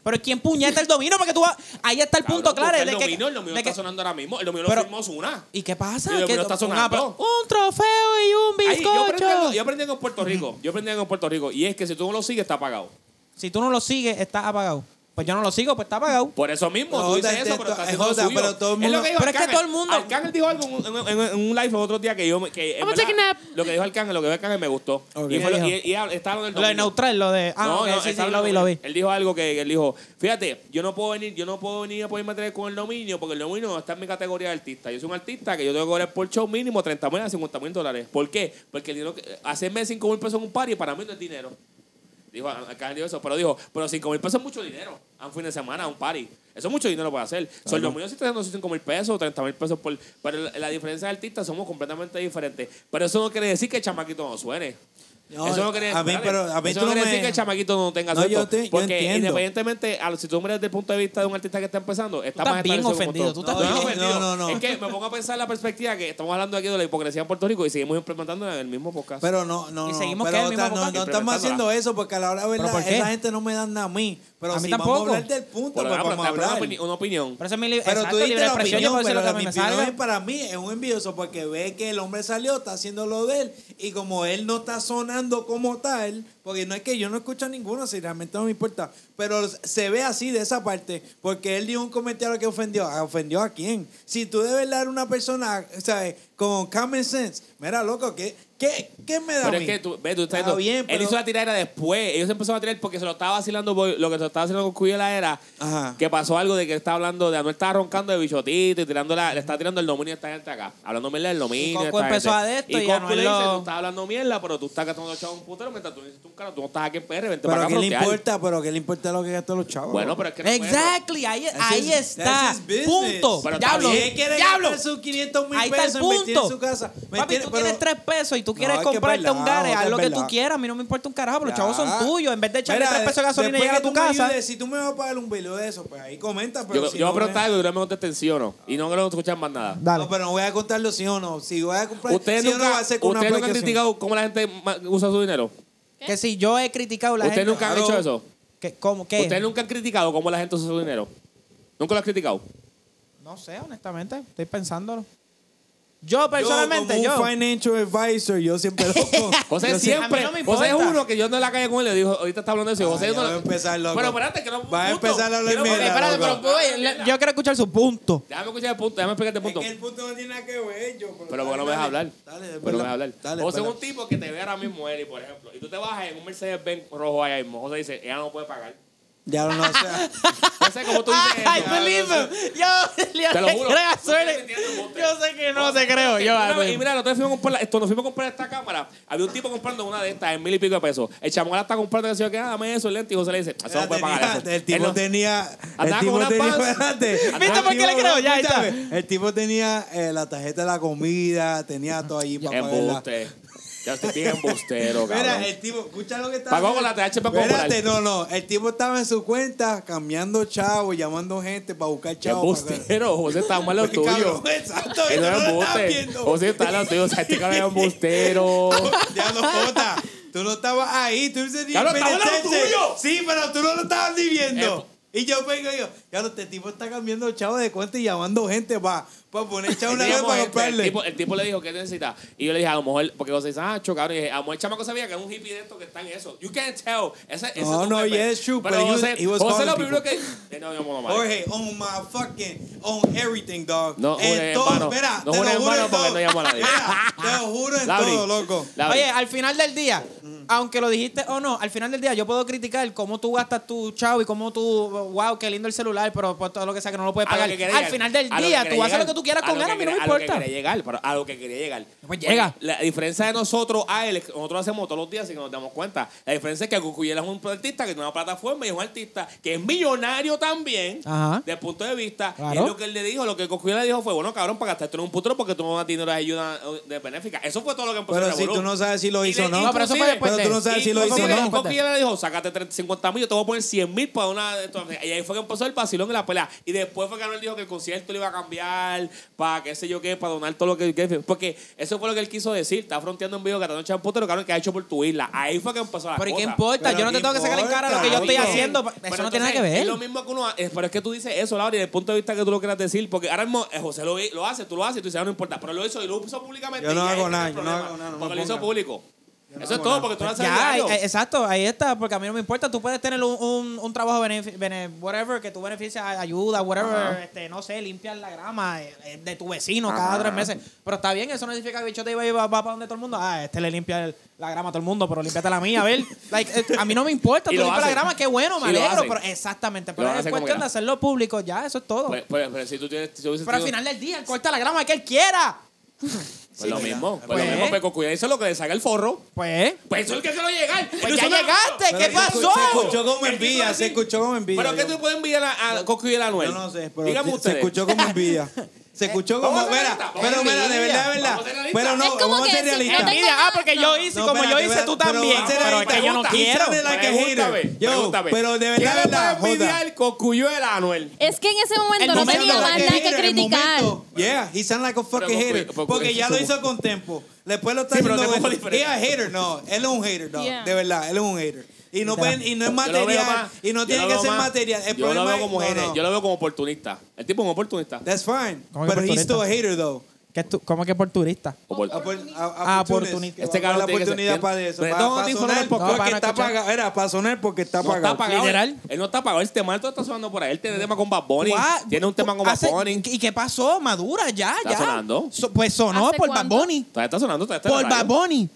S2: Pero ¿quién puñeta el dominio? Porque tú vas... Ahí está el punto
S1: Cabrón,
S2: claro.
S1: busca El
S2: de que-
S1: dominio, el dominio
S2: de
S1: está
S2: que-
S1: sonando ahora mismo. El dominio
S2: Pero-
S1: lo firmó Ozuna.
S2: ¿Y qué pasa?
S1: Y el
S2: Que-
S1: dominio está
S2: un
S1: sonando.
S2: apla- Un trofeo y un
S1: Ahí, yo, aprendí algo,
S2: bizcocho.
S1: yo aprendí algo en Puerto Rico. Yo aprendí algo en Puerto Rico. Y es que si tú no lo sigues, está apagado.
S2: Si tú no lo sigues, estás apagado. Pues yo no lo sigo, pues está apagado.
S1: Por eso mismo,
S3: No,
S1: tú dices
S3: te-
S1: eso,
S3: te-
S1: pero estás
S3: es
S1: haciendo lo
S3: joda,
S1: suyo.
S3: pero todo
S1: Es
S3: el
S1: lo
S3: mundo-
S1: que dijo
S2: pero es que
S1: Arcángel.
S2: todo el mundo-
S1: Arcángel dijo algo en, en- en- en un live otro día que yo... me- Que, en
S4: I'm
S1: verdad,
S4: taking a nap.
S1: Lo que dijo Arcángel, lo que dijo Arcángel me gustó.
S3: Ok.
S1: Y, fue lo-
S2: ¿Qué
S1: y, y hab- está lo del
S2: Lo de
S1: domingo.
S2: neutral, lo de. Ah, no, sí, sí,
S1: está
S2: lo vi, lo vi.
S1: Él dijo algo que él dijo, fíjate, yo no puedo venir, yo no puedo venir a ponerme a tener con el dominio porque el dominio está en mi categoría de artista. Yo soy un artista que yo tengo que cobrar por show mínimo 30 mil a 50 mil dólares. ¿Por qué? Porque el dinero que- hacerme 5 mil pesos en un party para mí no es dinero. Dijo, "Ah, acá dijo eso, pero dijo, pero 5 mil pesos es mucho dinero a un fin de semana, a un party. Eso es mucho dinero para hacer. So, el dominio sí está dando 5 mil pesos, 30 mil pesos por... Pero la, la diferencia de artistas somos completamente diferentes. Pero eso no quiere decir que el chamaquito no suene.
S3: No,
S1: eso no quiere
S3: a mí,
S1: dale,
S3: pero a mí
S1: eso
S3: tú
S1: no
S3: no
S1: quiere
S3: me-
S1: decir que el chamaquito no tenga
S3: No,
S1: sueldo,
S3: yo te- yo
S1: porque
S3: entiendo.
S1: independientemente, a lo- si tú miras desde el punto de vista de un artista que está empezando, está
S2: estás
S1: más
S2: bien
S1: establecido como
S2: ofendido,
S1: todo.
S2: tú estás
S1: No,
S3: bien-
S1: no,
S3: no,
S1: ofendido.
S3: no, no.
S1: Es que me pongo a pensar la perspectiva que estamos hablando aquí de la hipocresía en Puerto Rico y seguimos implementando en el mismo podcast.
S3: Pero no, no,
S2: Y
S3: no,
S2: seguimos
S3: pero
S2: que el mismo
S3: está- no,
S2: podcast.
S3: no estamos haciendo eso porque a la hora de
S2: ¿Pero
S3: verdad
S2: por qué?
S3: esa gente no me dan nada a mí. Pero
S2: A mí
S3: si
S2: tampoco.
S3: vamos a hablar del
S1: Por
S3: punto, pues
S1: lo menos,
S3: vamos a
S1: pero está
S3: hablar.
S1: una opini- una opinión.
S2: Pero esa es mi li-
S3: Pero
S2: exacto,
S3: tú diste
S2: libre
S3: la
S2: expresión, yo
S3: opinión,
S2: puedo decir
S3: pero
S2: lo que a
S3: la
S2: mí
S3: mi
S2: me
S3: opinión
S2: salga.
S3: es para mí es un envidioso porque ve que el hombre salió, está haciendo lo de él y como él no está sonando como tal, porque no es que yo no escucho a ninguno, si realmente no me importa, pero se ve así de esa parte porque él dio un comentario que ofendió, ¿A- ofendió a quién? Si tú de verdad eres una persona, ¿sabes? Con common sense, mira loco, ¿qué, qué, qué me da
S1: Pero
S3: a
S1: es
S3: mí?
S1: que tú, ve, tú estás diciendo,
S3: Está bien, pero-
S1: Él hizo la tiradera después. Ellos empezaron a tirar porque se lo estaba vacilando. boy- Lo que se lo estaba haciendo con Cuyela era
S3: Ajá.
S1: que pasó algo de que él estaba hablando de Anuel estaba roncando de bichotito y tirando la, le estaba tirando el dominio a esta gente acá. Hablando mierda del dominio.
S2: Y Coco
S1: de esta
S2: empezó
S1: gente.
S2: a de esto y
S1: Coco
S2: Anuel
S1: le dice,
S2: lo-
S1: tú estás hablando mierda, pero tú estás gastando chavos en un putero mientras tú dices tú un caro, tú no estás aquí en PR, vente para acá
S3: Pero ¿qué le
S1: frontear".
S3: importa? Pero ¿qué le importa lo que gastan los chavos?
S1: Bueno, pero es que no puedes-
S2: Exactly, ahí, ahí
S3: That's his-
S2: está.
S3: that's his business.
S2: Punto.
S1: Pero está
S2: Diablo.
S1: bien.
S3: Si él quiere
S2: Diablo.
S3: gastar sus 500 mil
S2: Ahí está el
S3: pesos en vestir en
S2: punto.
S3: su casa. ¿me
S2: Papi,
S3: entiendes?
S2: tú
S3: Pero-
S2: tienes tres pesos y tú quieres
S3: No, es que es
S2: comprarte un
S3: verdad,
S2: gare, haz
S3: es
S2: lo que tú
S3: verdad.
S2: quieras. A mí no me importa un carajo, pero los chavos
S3: Ya.
S2: son tuyos. En vez de echarle
S3: Mira,
S2: tres pesos de gasolina y
S3: después
S2: llegar a
S3: que
S2: tu
S3: tú me
S2: casa.
S3: ayudes, si tú me vas a pagar un velo de eso, pues ahí comenta. Pero
S1: Yo,
S3: si
S1: yo voy a
S3: no
S1: preguntar
S3: me-
S1: algo y tú no me contestas sí o no. Y no creo que escuchar más nada.
S2: Dale.
S3: No, pero no voy a contarlo sí o no. Si voy a comprar,
S1: Ustedes
S3: Pues, sí o no
S1: nunca,
S3: va a ser con una
S1: ustedes nunca han
S3: aplicación.
S1: criticado cómo la gente ma- usa su dinero.
S2: Que si yo he criticado a la
S1: Ustedes
S2: gente.
S1: nunca han
S2: Claro.
S1: hecho eso.
S2: ¿Qué, ¿Cómo? ¿Qué?
S1: Ustedes nunca han criticado cómo la gente usa su dinero. Nunca lo han criticado.
S2: No sé, honestamente. Estoy pensándolo. Yo
S3: Yo,
S2: personalmente,
S3: como
S2: yo.
S3: un financial advisor, yo siempre lo con-
S1: José
S3: yo sé-
S1: siempre,
S2: a mí no me
S1: José es
S2: importa.
S1: uno que yo ando en la calle con él y le dijo, ahorita está hablando de eso. y
S3: Ah,
S1: José
S3: ya
S1: no
S3: va
S1: lo-
S3: a empezar, loco.
S1: Pero espérate, que no.
S3: Va a
S1: punto.
S3: empezar a hablar
S1: Quiero-
S3: mierda,
S1: Espérate,
S3: loco.
S1: pero eh, voy.
S2: Yo quiero escuchar su punto.
S1: Déjame escuchar el punto, déjame explicarte el
S3: Es
S1: punto.
S3: que el punto no tiene nada que ver, yo.
S1: Pero porque no me
S3: dale,
S1: dejas hablar.
S3: dale, dale,
S1: Pero no me dejas
S3: dale,
S1: hablar.
S3: dale,
S1: José es
S3: dale.
S1: un tipo que te ve ahora mismo Eli, por ejemplo. Y tú te bajas en un Mercedes Benz rojo allá mismo. José dice, ella no puede pagar.
S3: Ya lo no o sea,
S1: José, como tú dices.
S2: I
S1: eso?
S2: believe him. Yo,
S1: Te lo
S2: le
S1: juro.
S2: creo a
S1: No estoy
S2: suerte.
S1: mintiendo, Monte.
S2: Yo sé que no te creo. Yo,
S1: Mira,
S2: I believe
S1: y
S2: him.
S1: mira, nosotros fuimos a comprar, la- esto, nos fuimos a comprar esta cámara. Había un tipo comprando una de estas en mil y pico de pesos. El chamón la está comprando que se yo, que ah, dame eso, el lente. Y José le dice, eso no puede pagar eso.
S3: El
S1: Él
S3: tipo
S1: no-
S3: tenía. El
S1: Andaba con
S3: tipo
S1: una
S3: tenía.
S1: panza.
S3: espérate.
S1: ¿Viste por
S2: qué le creo? Ya, ahí está.
S3: Escúchame, El tipo tenía eh, la tarjeta de la comida, tenía todo allí para pagarla.
S1: Embuste. Ya estoy bien embustero, cabrón.
S3: Mira, el tipo, escucha lo que está
S1: Pagó con la TH para
S3: Espérate, no, no. El tipo estaba en su cuenta cambiando chavo, llamando gente para buscar
S1: Qué
S3: chavo. para-
S1: embustero. José está mal lo
S3: Pues,
S1: tuyo.
S3: cabrón, Exacto,
S1: Él no es
S3: yo no lo estaba
S1: embuste.
S3: viendo.
S1: José está mal lo tuyo. O sea, este cabrón es embustero.
S3: Ya no jota. Tú no estabas ahí, tú dices ni
S1: Cabrón, estaba al lado
S3: penitente.
S1: tuyo.
S3: Sí, pero tú no lo estabas ni viendo.
S1: Eh,
S3: y yo vengo y yo, ya este tipo está cambiando chavo de cuenta y llamando gente para poner chavo una vez
S1: Teníamos
S3: para
S1: gente, el,
S3: comprarle.
S1: Este tipo, el tipo le dijo, ¿qué necesita? Y yo le dije, a lo mejor, porque José dice, ah, chocaron. Y dije, a lo mejor el chamaco sabía que era un hippie de estos que están en eso. You can't tell. Ese, ese
S3: No,
S1: tú
S3: no,
S1: puedes ver.
S3: yes, true,
S1: Pero
S3: but he was-
S1: José,
S3: he was
S1: José lo
S3: calling
S1: primero que... Eh, No, yo no, no,
S3: Jorge, on my fucking, on everything, dog.
S1: No jures en
S3: en todo,
S1: vano.
S3: espera,
S1: No
S3: te
S1: jures
S3: lo
S1: en
S3: juro
S1: vano
S3: en
S1: porque
S3: todo.
S1: no llamo a nadie.
S3: Mira, te lo juro en
S1: Lauri.
S3: todo, loco.
S1: Lauri.
S2: Oye, al final del día, aunque lo dijiste o no, al final del día yo puedo criticar cómo tú gastas tu chavo y cómo tú, wow, qué lindo el celular, pero por todo lo que sea que no lo puedes
S1: A lo
S2: pagar.
S1: que quería
S2: al
S1: llegar.
S2: final del
S1: A lo que
S2: día,
S1: quería
S2: tú haces
S1: llegar.
S2: lo que tú quieras
S1: A
S2: con
S1: lo
S2: él,
S1: que
S2: a mí no me
S1: quería- A
S2: importa.
S1: lo que quería llegar, pero a lo que quería llegar.
S2: Pues llega.
S1: La diferencia de nosotros a él, es que nosotros hacemos todos los días sin que nos damos cuenta. La diferencia es que Cucuyela es un artista que tiene una plataforma y es un artista que es millonario también,
S2: Ajá.
S1: desde el punto de vista. Y
S2: Claro.
S1: es lo que él le dijo, lo que Cucuyela le dijo fue, bueno, cabrón, para gastarte en un putero porque tú no vas a tener las ayudas eh, de benéfica. Eso fue todo lo que empezó
S3: Pero
S1: el
S3: si
S1: revolú.
S3: tú no sabes si lo
S1: Y
S3: hizo
S1: le-
S3: o no.
S2: No, pero eso fue
S1: inclusive-
S2: después de-
S3: Pero tú no sabes si lo hizo o
S1: Inclusive,
S3: no.
S2: después de-
S1: Coquilla le dijo, sácate 30, 50 mil, yo te voy a poner 100 mil para una... de estas". Y ahí fue que empezó el vacilón y la pelea. Y después fue que Anuel dijo que el concierto lo iba a cambiar para qué sé yo qué, para donar todo lo que... que- Porque eso fue lo que él quiso decir. Está fronteando en vivo que está noche en puto, lo que ha hecho por tu isla. Ahí fue que empezó la
S2: Pero ¿y qué
S1: cosa.
S2: importa?
S3: Pero
S2: Yo no te
S3: ¿qué
S2: tengo que sacar en cara lo que yo
S3: importa?
S2: estoy
S3: Está bien.
S2: haciendo.
S1: Pero
S2: Eso no tiene nada que
S1: entonces,
S2: ver.
S1: Es lo mismo que uno. ha- eh, Pero es que tú dices eso, Laura, y desde el punto de vista que tú lo quieras decir. Porque ahora mismo eh, José lo, vi- lo hace, tú lo haces, tú dices, "Ah, no importa. Pero lo hizo y lo puso públicamente.
S3: Yo no
S1: y ahí
S3: hago
S1: está
S3: nada,
S1: el
S3: yo no
S1: problema,
S3: hago nada, no me
S1: Porque lo hizo
S3: pongan.
S1: público. Eso es todo, porque tú no haces
S2: Ya,
S1: diario.
S2: ahí- ahí- exacto, ahí está, porque a mí no me importa. Tú puedes tener un, un, un trabajo, benefi- bene- whatever, que tú beneficias, ayuda, whatever,
S1: Ajá.
S2: este, no sé, limpias la grama eh, eh, de tu vecino cada
S1: Ajá.
S2: tres meses. Pero está bien, eso no significa que el bichote iba y va, va para donde todo el mundo. Ah, este le limpia el- la grama a todo el mundo, pero límpiate la mía, a ver. Like, eh, a mí no me importa, tú
S1: Y lo
S2: limpias la
S1: hacen.
S2: grama, qué bueno, me
S1: Y lo
S2: alegro.
S1: hacen.
S2: Pero, exactamente,
S1: Lo
S2: pero es
S1: hacen como
S2: cuestión
S1: que-
S2: de hacerlo público, ya, eso es todo.
S1: Pues, pues, pero si tú tienes. Si hubieses
S2: pero al
S1: tenido-
S2: final del día, él corta la grama que él quiera.
S1: Pues lo mismo. Pues,
S2: Pues-
S1: lo mismo, Peco. Cuidado, eso es lo que le saca el forro.
S2: Pues,
S1: Pues eso es el que quiero llegar.
S2: pues
S1: No
S2: ya
S1: son-
S2: llegaste,
S3: Pero
S2: ¿qué
S3: se escu-
S2: pasó?
S3: Se escuchó como
S1: El título
S3: envidia,
S1: así.
S3: se escuchó como envidia.
S1: ¿Pero qué
S3: yo-
S1: tú puedes enviar a, a Coco y el Anuel?
S3: Yo no sé, pero
S1: Dígame
S3: se-
S1: ustedes.
S3: se escuchó como envidia. Se escuchó como,
S1: Vamos a ser
S3: mira,
S1: realistas, vamos
S3: pero
S1: a ser
S3: mira, de
S1: realistas.
S3: verdad, de verdad.
S1: Vamos a ser realistas.
S3: Pero
S4: Es
S3: no,
S4: como
S3: vamos a
S4: que
S3: ser
S4: si-
S3: realistas.
S4: no te-
S2: Envidia, ah, porque yo hice
S3: No,
S2: como
S3: espérate,
S2: yo hice,
S3: espérate,
S2: tú
S3: pero
S2: también.
S3: vamos a ser
S2: Pero es que yo no
S1: realistas.
S2: quiero.
S3: Pregúntame la- que
S1: Pregúntame,
S3: hater. Yo,
S1: pregúntame.
S3: pero de verdad,
S1: ¿Quién le
S3: de verdad,
S1: puede envidiar
S3: joda.
S1: Cocuyuela a Anuel?
S4: Es que en ese momento no
S3: momento
S4: tenía
S3: de
S4: más
S3: que
S4: nada que
S3: hater, el
S4: criticar.
S3: momento. Yeah, he sound like a fucking
S1: Pero,
S3: hater.
S1: pues, pues,
S3: porque
S1: pues,
S3: ya
S1: eso
S3: lo
S1: es
S3: hizo con tempo. Después lo está
S1: Sí, pero
S3: haciendo
S1: Tempo
S3: con-
S1: fue diferente.
S3: Yeah, hater, no. Él es un hater, no.
S4: Yeah.
S3: De verdad, él es un hater. Y no, pueden, y no es
S1: Yo lo veo
S3: material.
S1: más-
S3: Y no
S1: yo
S3: tiene
S1: lo
S3: que
S1: veo
S3: ser
S1: más-
S3: material. El
S1: Yo lo
S3: problema
S1: veo
S3: es-
S1: como
S3: no,
S1: hater,
S3: no.
S1: Yo lo veo como oportunista. El tipo es un oportunista.
S3: That's fine.
S2: ¿Cómo
S3: But
S2: que oportunista?
S3: he's still a hater, though.
S2: ¿Qué tú- ¿Cómo que por turista?
S1: Opor-
S3: Opor-
S2: Ah,
S3: a-
S2: oportunista.
S3: oportunista.
S1: Este
S3: Va a
S1: cabrón
S3: dar
S1: tiene
S3: la
S1: que ser-
S3: oportunidad para eso.
S1: Pero
S3: Para,
S1: no,
S3: para
S1: dijo no
S3: sonar
S1: en el podcast.
S2: No,
S3: porque
S2: para
S3: está
S2: escuchar.
S3: pagado. Era para sonar porque está
S1: No está
S3: pagado.
S1: apagado.
S2: Literal.
S1: Él no está apagado. Este mal todo está sonando por ahí. Él tiene tema con Bad Bunny.
S2: What?
S1: Tiene un tema con Bad
S2: Hace-
S1: Bunny.
S2: ¿Y qué pasó? Madura, ya,
S1: Está
S2: ya.
S1: sonando.
S2: So- pues sonó
S4: ¿Hace
S2: por Bad
S4: cuánto?
S2: Bunny.
S1: Todavía está sonando. todavía está en
S2: Por
S1: la
S2: Bad
S1: radio.
S2: Bunny.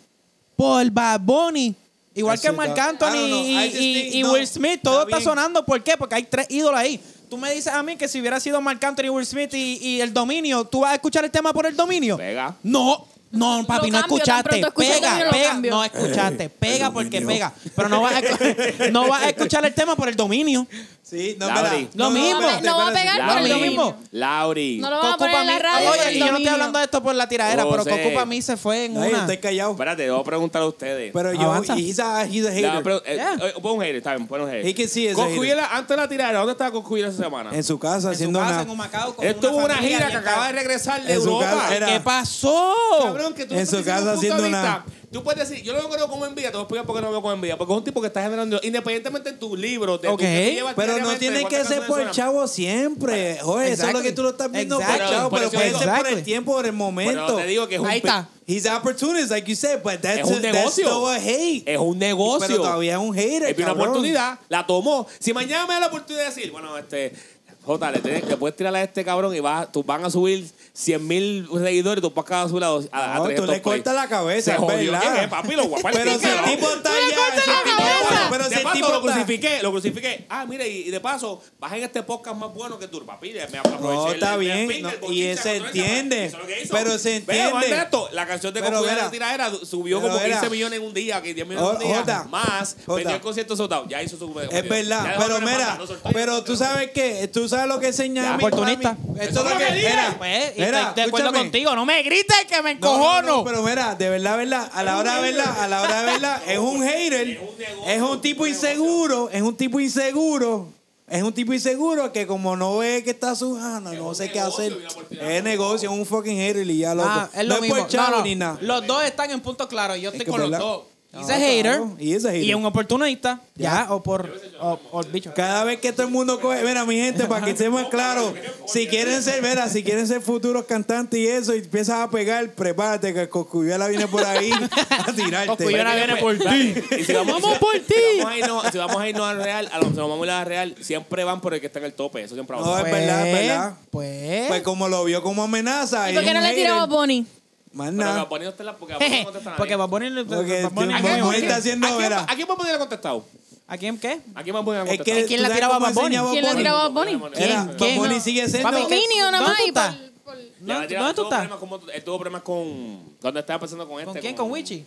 S2: Por Bad Bunny. Igual
S3: That's
S2: que
S3: it,
S2: Marc
S3: that-
S2: Anthony
S3: I don't know. I
S2: y,
S3: just
S2: y-
S3: think-
S2: y
S3: no,
S2: Will Smith. Todo
S3: está
S2: está,
S3: bien.
S2: sonando. ¿Por qué? Porque hay tres ídolos ahí. Tú me dices a mí que si hubiera sido Marc Anthony, Will Smith y, y el dominio, ¿tú vas a escuchar el tema por el dominio?
S1: Pega.
S2: No. No, papi,
S4: Lo
S2: no
S4: cambio, tan
S2: escuchaste.
S4: pronto escucho el
S2: Pega,
S4: dominio, lo
S2: pega.
S4: cambio.
S2: No escuchaste. Pega porque pega. Pero no vas, a, escu- no vas a escuchar el tema por el dominio.
S3: Sí, no,
S1: Lauri.
S3: espera.
S2: Lo
S3: No, no,
S2: mismo.
S3: espérate,
S4: No va a
S3: espérate.
S4: pegar
S2: por el
S1: Lauri.
S2: dominio.
S1: Lauri.
S4: No lo vamos a poner en la
S2: Coco
S4: radio.
S2: Pamí-
S4: por
S2: Oye,
S4: el
S2: y yo no estoy
S4: dominio.
S2: hablando de esto por la
S3: Oh,
S2: tiradera, pero
S1: José.
S2: Coco para mí se fue en
S3: Ay,
S2: una.
S3: estoy callado.
S1: Espérate, debo preguntarle a ustedes.
S3: Pero
S2: Avanza.
S3: yo, he's a, he's a
S1: Le voy a
S3: hater.
S1: pregun- eh,
S2: Yeah.
S1: eh, pon un hater, está bien, pon un hater.
S3: He can see it's a
S1: Cocuyuela, antes de la tiradera, ¿dónde estaba Cocuyela esa semana?
S3: En su casa
S2: En su
S3: haciendo
S2: casa,
S3: nada.
S2: en Humacao, con
S1: Él tuvo una
S2: familia
S1: gira que
S2: bien
S1: acaba de
S2: cabrón.
S1: regresar de
S3: En su
S1: Europa.
S3: casa, era-
S2: ¿Qué pasó?
S1: Cabrón, que tú no
S3: Oh, En su
S1: estás diciendo
S3: casa
S1: un punto
S3: haciendo
S1: de vista.
S3: nada.
S1: Tú puedes decir, yo no lo creo como envidia, te voy a explicar por qué no lo veo como envidia. Porque es un tipo que está generando, independientemente de tus libros, de tu-
S2: Ok.
S1: que tú llevas
S3: Pero no
S1: diariamente,
S3: tiene que
S1: cuántas
S3: ser por el
S1: canciones suenan.
S3: chavo siempre. Joder, eso es lo
S2: Exactly.
S3: que tú lo estás viendo por
S2: Exactly.
S3: el chavo,
S1: Por
S3: pero
S1: eso
S3: puede
S1: digo-
S3: ser por el
S2: Exactly.
S3: tiempo, por el
S1: Pero
S3: momento.
S1: te digo que es un,
S2: Ahí
S1: pe-
S2: está.
S3: He's an opportunist, like you said, but that's,
S1: Es un
S3: a- that's
S1: negocio.
S3: still a hate.
S1: es un negocio.
S3: Pero todavía es un hater,
S1: Él vio una
S3: cabrón.
S1: oportunidad, la tomó. Si mañana me da la oportunidad de decir, bueno, este, Jota, le, tienes- le puedes tirar a este cabrón y vas, tú van a subir 100 mil seguidores y tú vas a subir a, dos- a, a
S3: No, tú
S1: 300
S3: le cortas
S1: play.
S3: la cabeza,
S1: Se
S3: es
S1: jodió.
S3: verdad.
S1: ¿Quién es, papi? Lo guapo.
S3: Pero si el
S1: cabrón.
S3: tipo está
S4: le
S3: ya...
S4: cortas
S3: si el
S4: la
S3: tipo-
S4: cabeza.
S3: Pero si
S1: de
S3: el
S1: paso
S3: tipo
S1: lo
S3: está-
S1: crucifiqué, lo crucifiqué. Ah, mire, y, y de paso, bajen este podcast más bueno que tú, papi. Me aproveché
S3: No,
S1: el-
S3: está
S1: el- el
S3: bien,
S1: fin,
S3: no,
S1: el
S3: y
S1: bochinche,
S3: él
S1: la
S3: se
S1: cotorrisa,
S3: entiende,
S1: papi, eso es lo que hizo.
S3: pero se
S1: Ve,
S3: entiende.
S1: aguanta esto, la canción de
S3: Pero
S1: Cocuyo de
S3: verá.
S1: la tiradera subió
S3: Pero
S1: como
S3: verá.
S1: 15 millones en un día, que 10 millones en un
S3: Jota.
S1: día. Más,
S3: Jota.
S1: vendió el concierto soldado. Ya hizo su.
S3: Es verdad, pero mira, pero tú sabes que, tú sabes lo que enseña
S2: Ya,
S3: a mí,
S2: oportunista.
S3: mami.
S1: Eso
S3: Esto es
S1: es
S3: lo
S1: lo
S3: que
S1: que dije.
S3: era.
S2: Pues, y estoy de acuerdo contigo. No me grites que me
S3: No, no,
S2: encojono.
S3: no, pero mira, de verdad, verdad, a la hora de verla, a la hora de verla, es un hater,
S1: Es un negocio,
S3: es un tipo
S1: un negocio.
S3: inseguro, es un tipo inseguro, es un tipo inseguro que como no ve que está su ah, no, no
S1: un
S3: sé qué
S1: negocio,
S3: hacer.
S1: una oportunidad.
S3: Es negocio, es un fucking hater y ya loco.
S2: Ah, es lo
S3: no
S2: mismo.
S3: es por chavo
S2: No, no.
S3: ni nada.
S2: Los dos están en punto claro. Yo estoy
S3: que
S2: con
S3: verdad.
S2: los dos.
S3: No,
S2: He's a hater.
S3: claro, he is a hater.
S2: Y es un oportunista. Ya, o por. O, o el bicho.
S3: Cada vez que todo el mundo coge, mira mi gente, para que estemos claros, si quieren ser, mira, si quieren ser futuros cantantes y eso, y empiezas a pegar, prepárate que Coscuyuela viene por ahí a tirarte.
S1: Pues
S2: Coscuyuela viene por ti.
S1: Y si vamos,
S2: Vamos por ti.
S1: Si vamos a irnos, si vamos a irnos al Real, a lo si nos vamos a ir al Real, siempre van por el que está en el tope. Eso siempre va a
S3: No,
S1: pasar.
S3: es verdad, es verdad.
S2: Pues.
S3: Pues como lo vio como amenaza.
S4: ¿Y
S3: es
S4: por qué
S3: un
S4: no le
S3: hater.
S4: tiraba a Bonnie?
S3: Más
S1: Pero
S3: nada.
S1: Bad Bunny no está en la- porque Bad Bunny no contesta a nadie.
S2: Porque va a poner.
S3: Porque
S2: va
S1: ¿A
S2: a poner-
S3: tiene Bad
S1: quién-
S3: Bunny
S1: a quién-
S3: está haciendo,
S1: a quién-
S3: verá.
S1: ¿A quién Bad Bunny le ha contestado?
S2: ¿A quién qué?
S1: ¿A quién Bad Bunny le ha
S3: Es
S1: contestado?
S3: que
S2: quién la
S3: ¿tú sabes
S2: tiraba
S3: cómo
S2: a Bad Bunny?
S3: enseña
S4: ¿Quién la
S3: Bunny?
S4: tiraba a Bonnie?
S1: ¿Quién?
S3: Era,
S2: ¿Quién?
S3: Bad Bunny
S2: No.
S3: sigue siendo.
S2: Papi, ¿quién?
S4: Minio nada más.
S2: ¿Dónde
S4: y
S2: tú estás?
S4: por- por-
S1: Ya,
S2: ¿Dónde-
S1: ya,
S2: dónde tú
S1: tuvo
S2: estás?
S1: problemas con- él tuvo problemas con. ¿Dónde estaba pasando con este?
S2: ¿Con quién? ¿Con Wichi?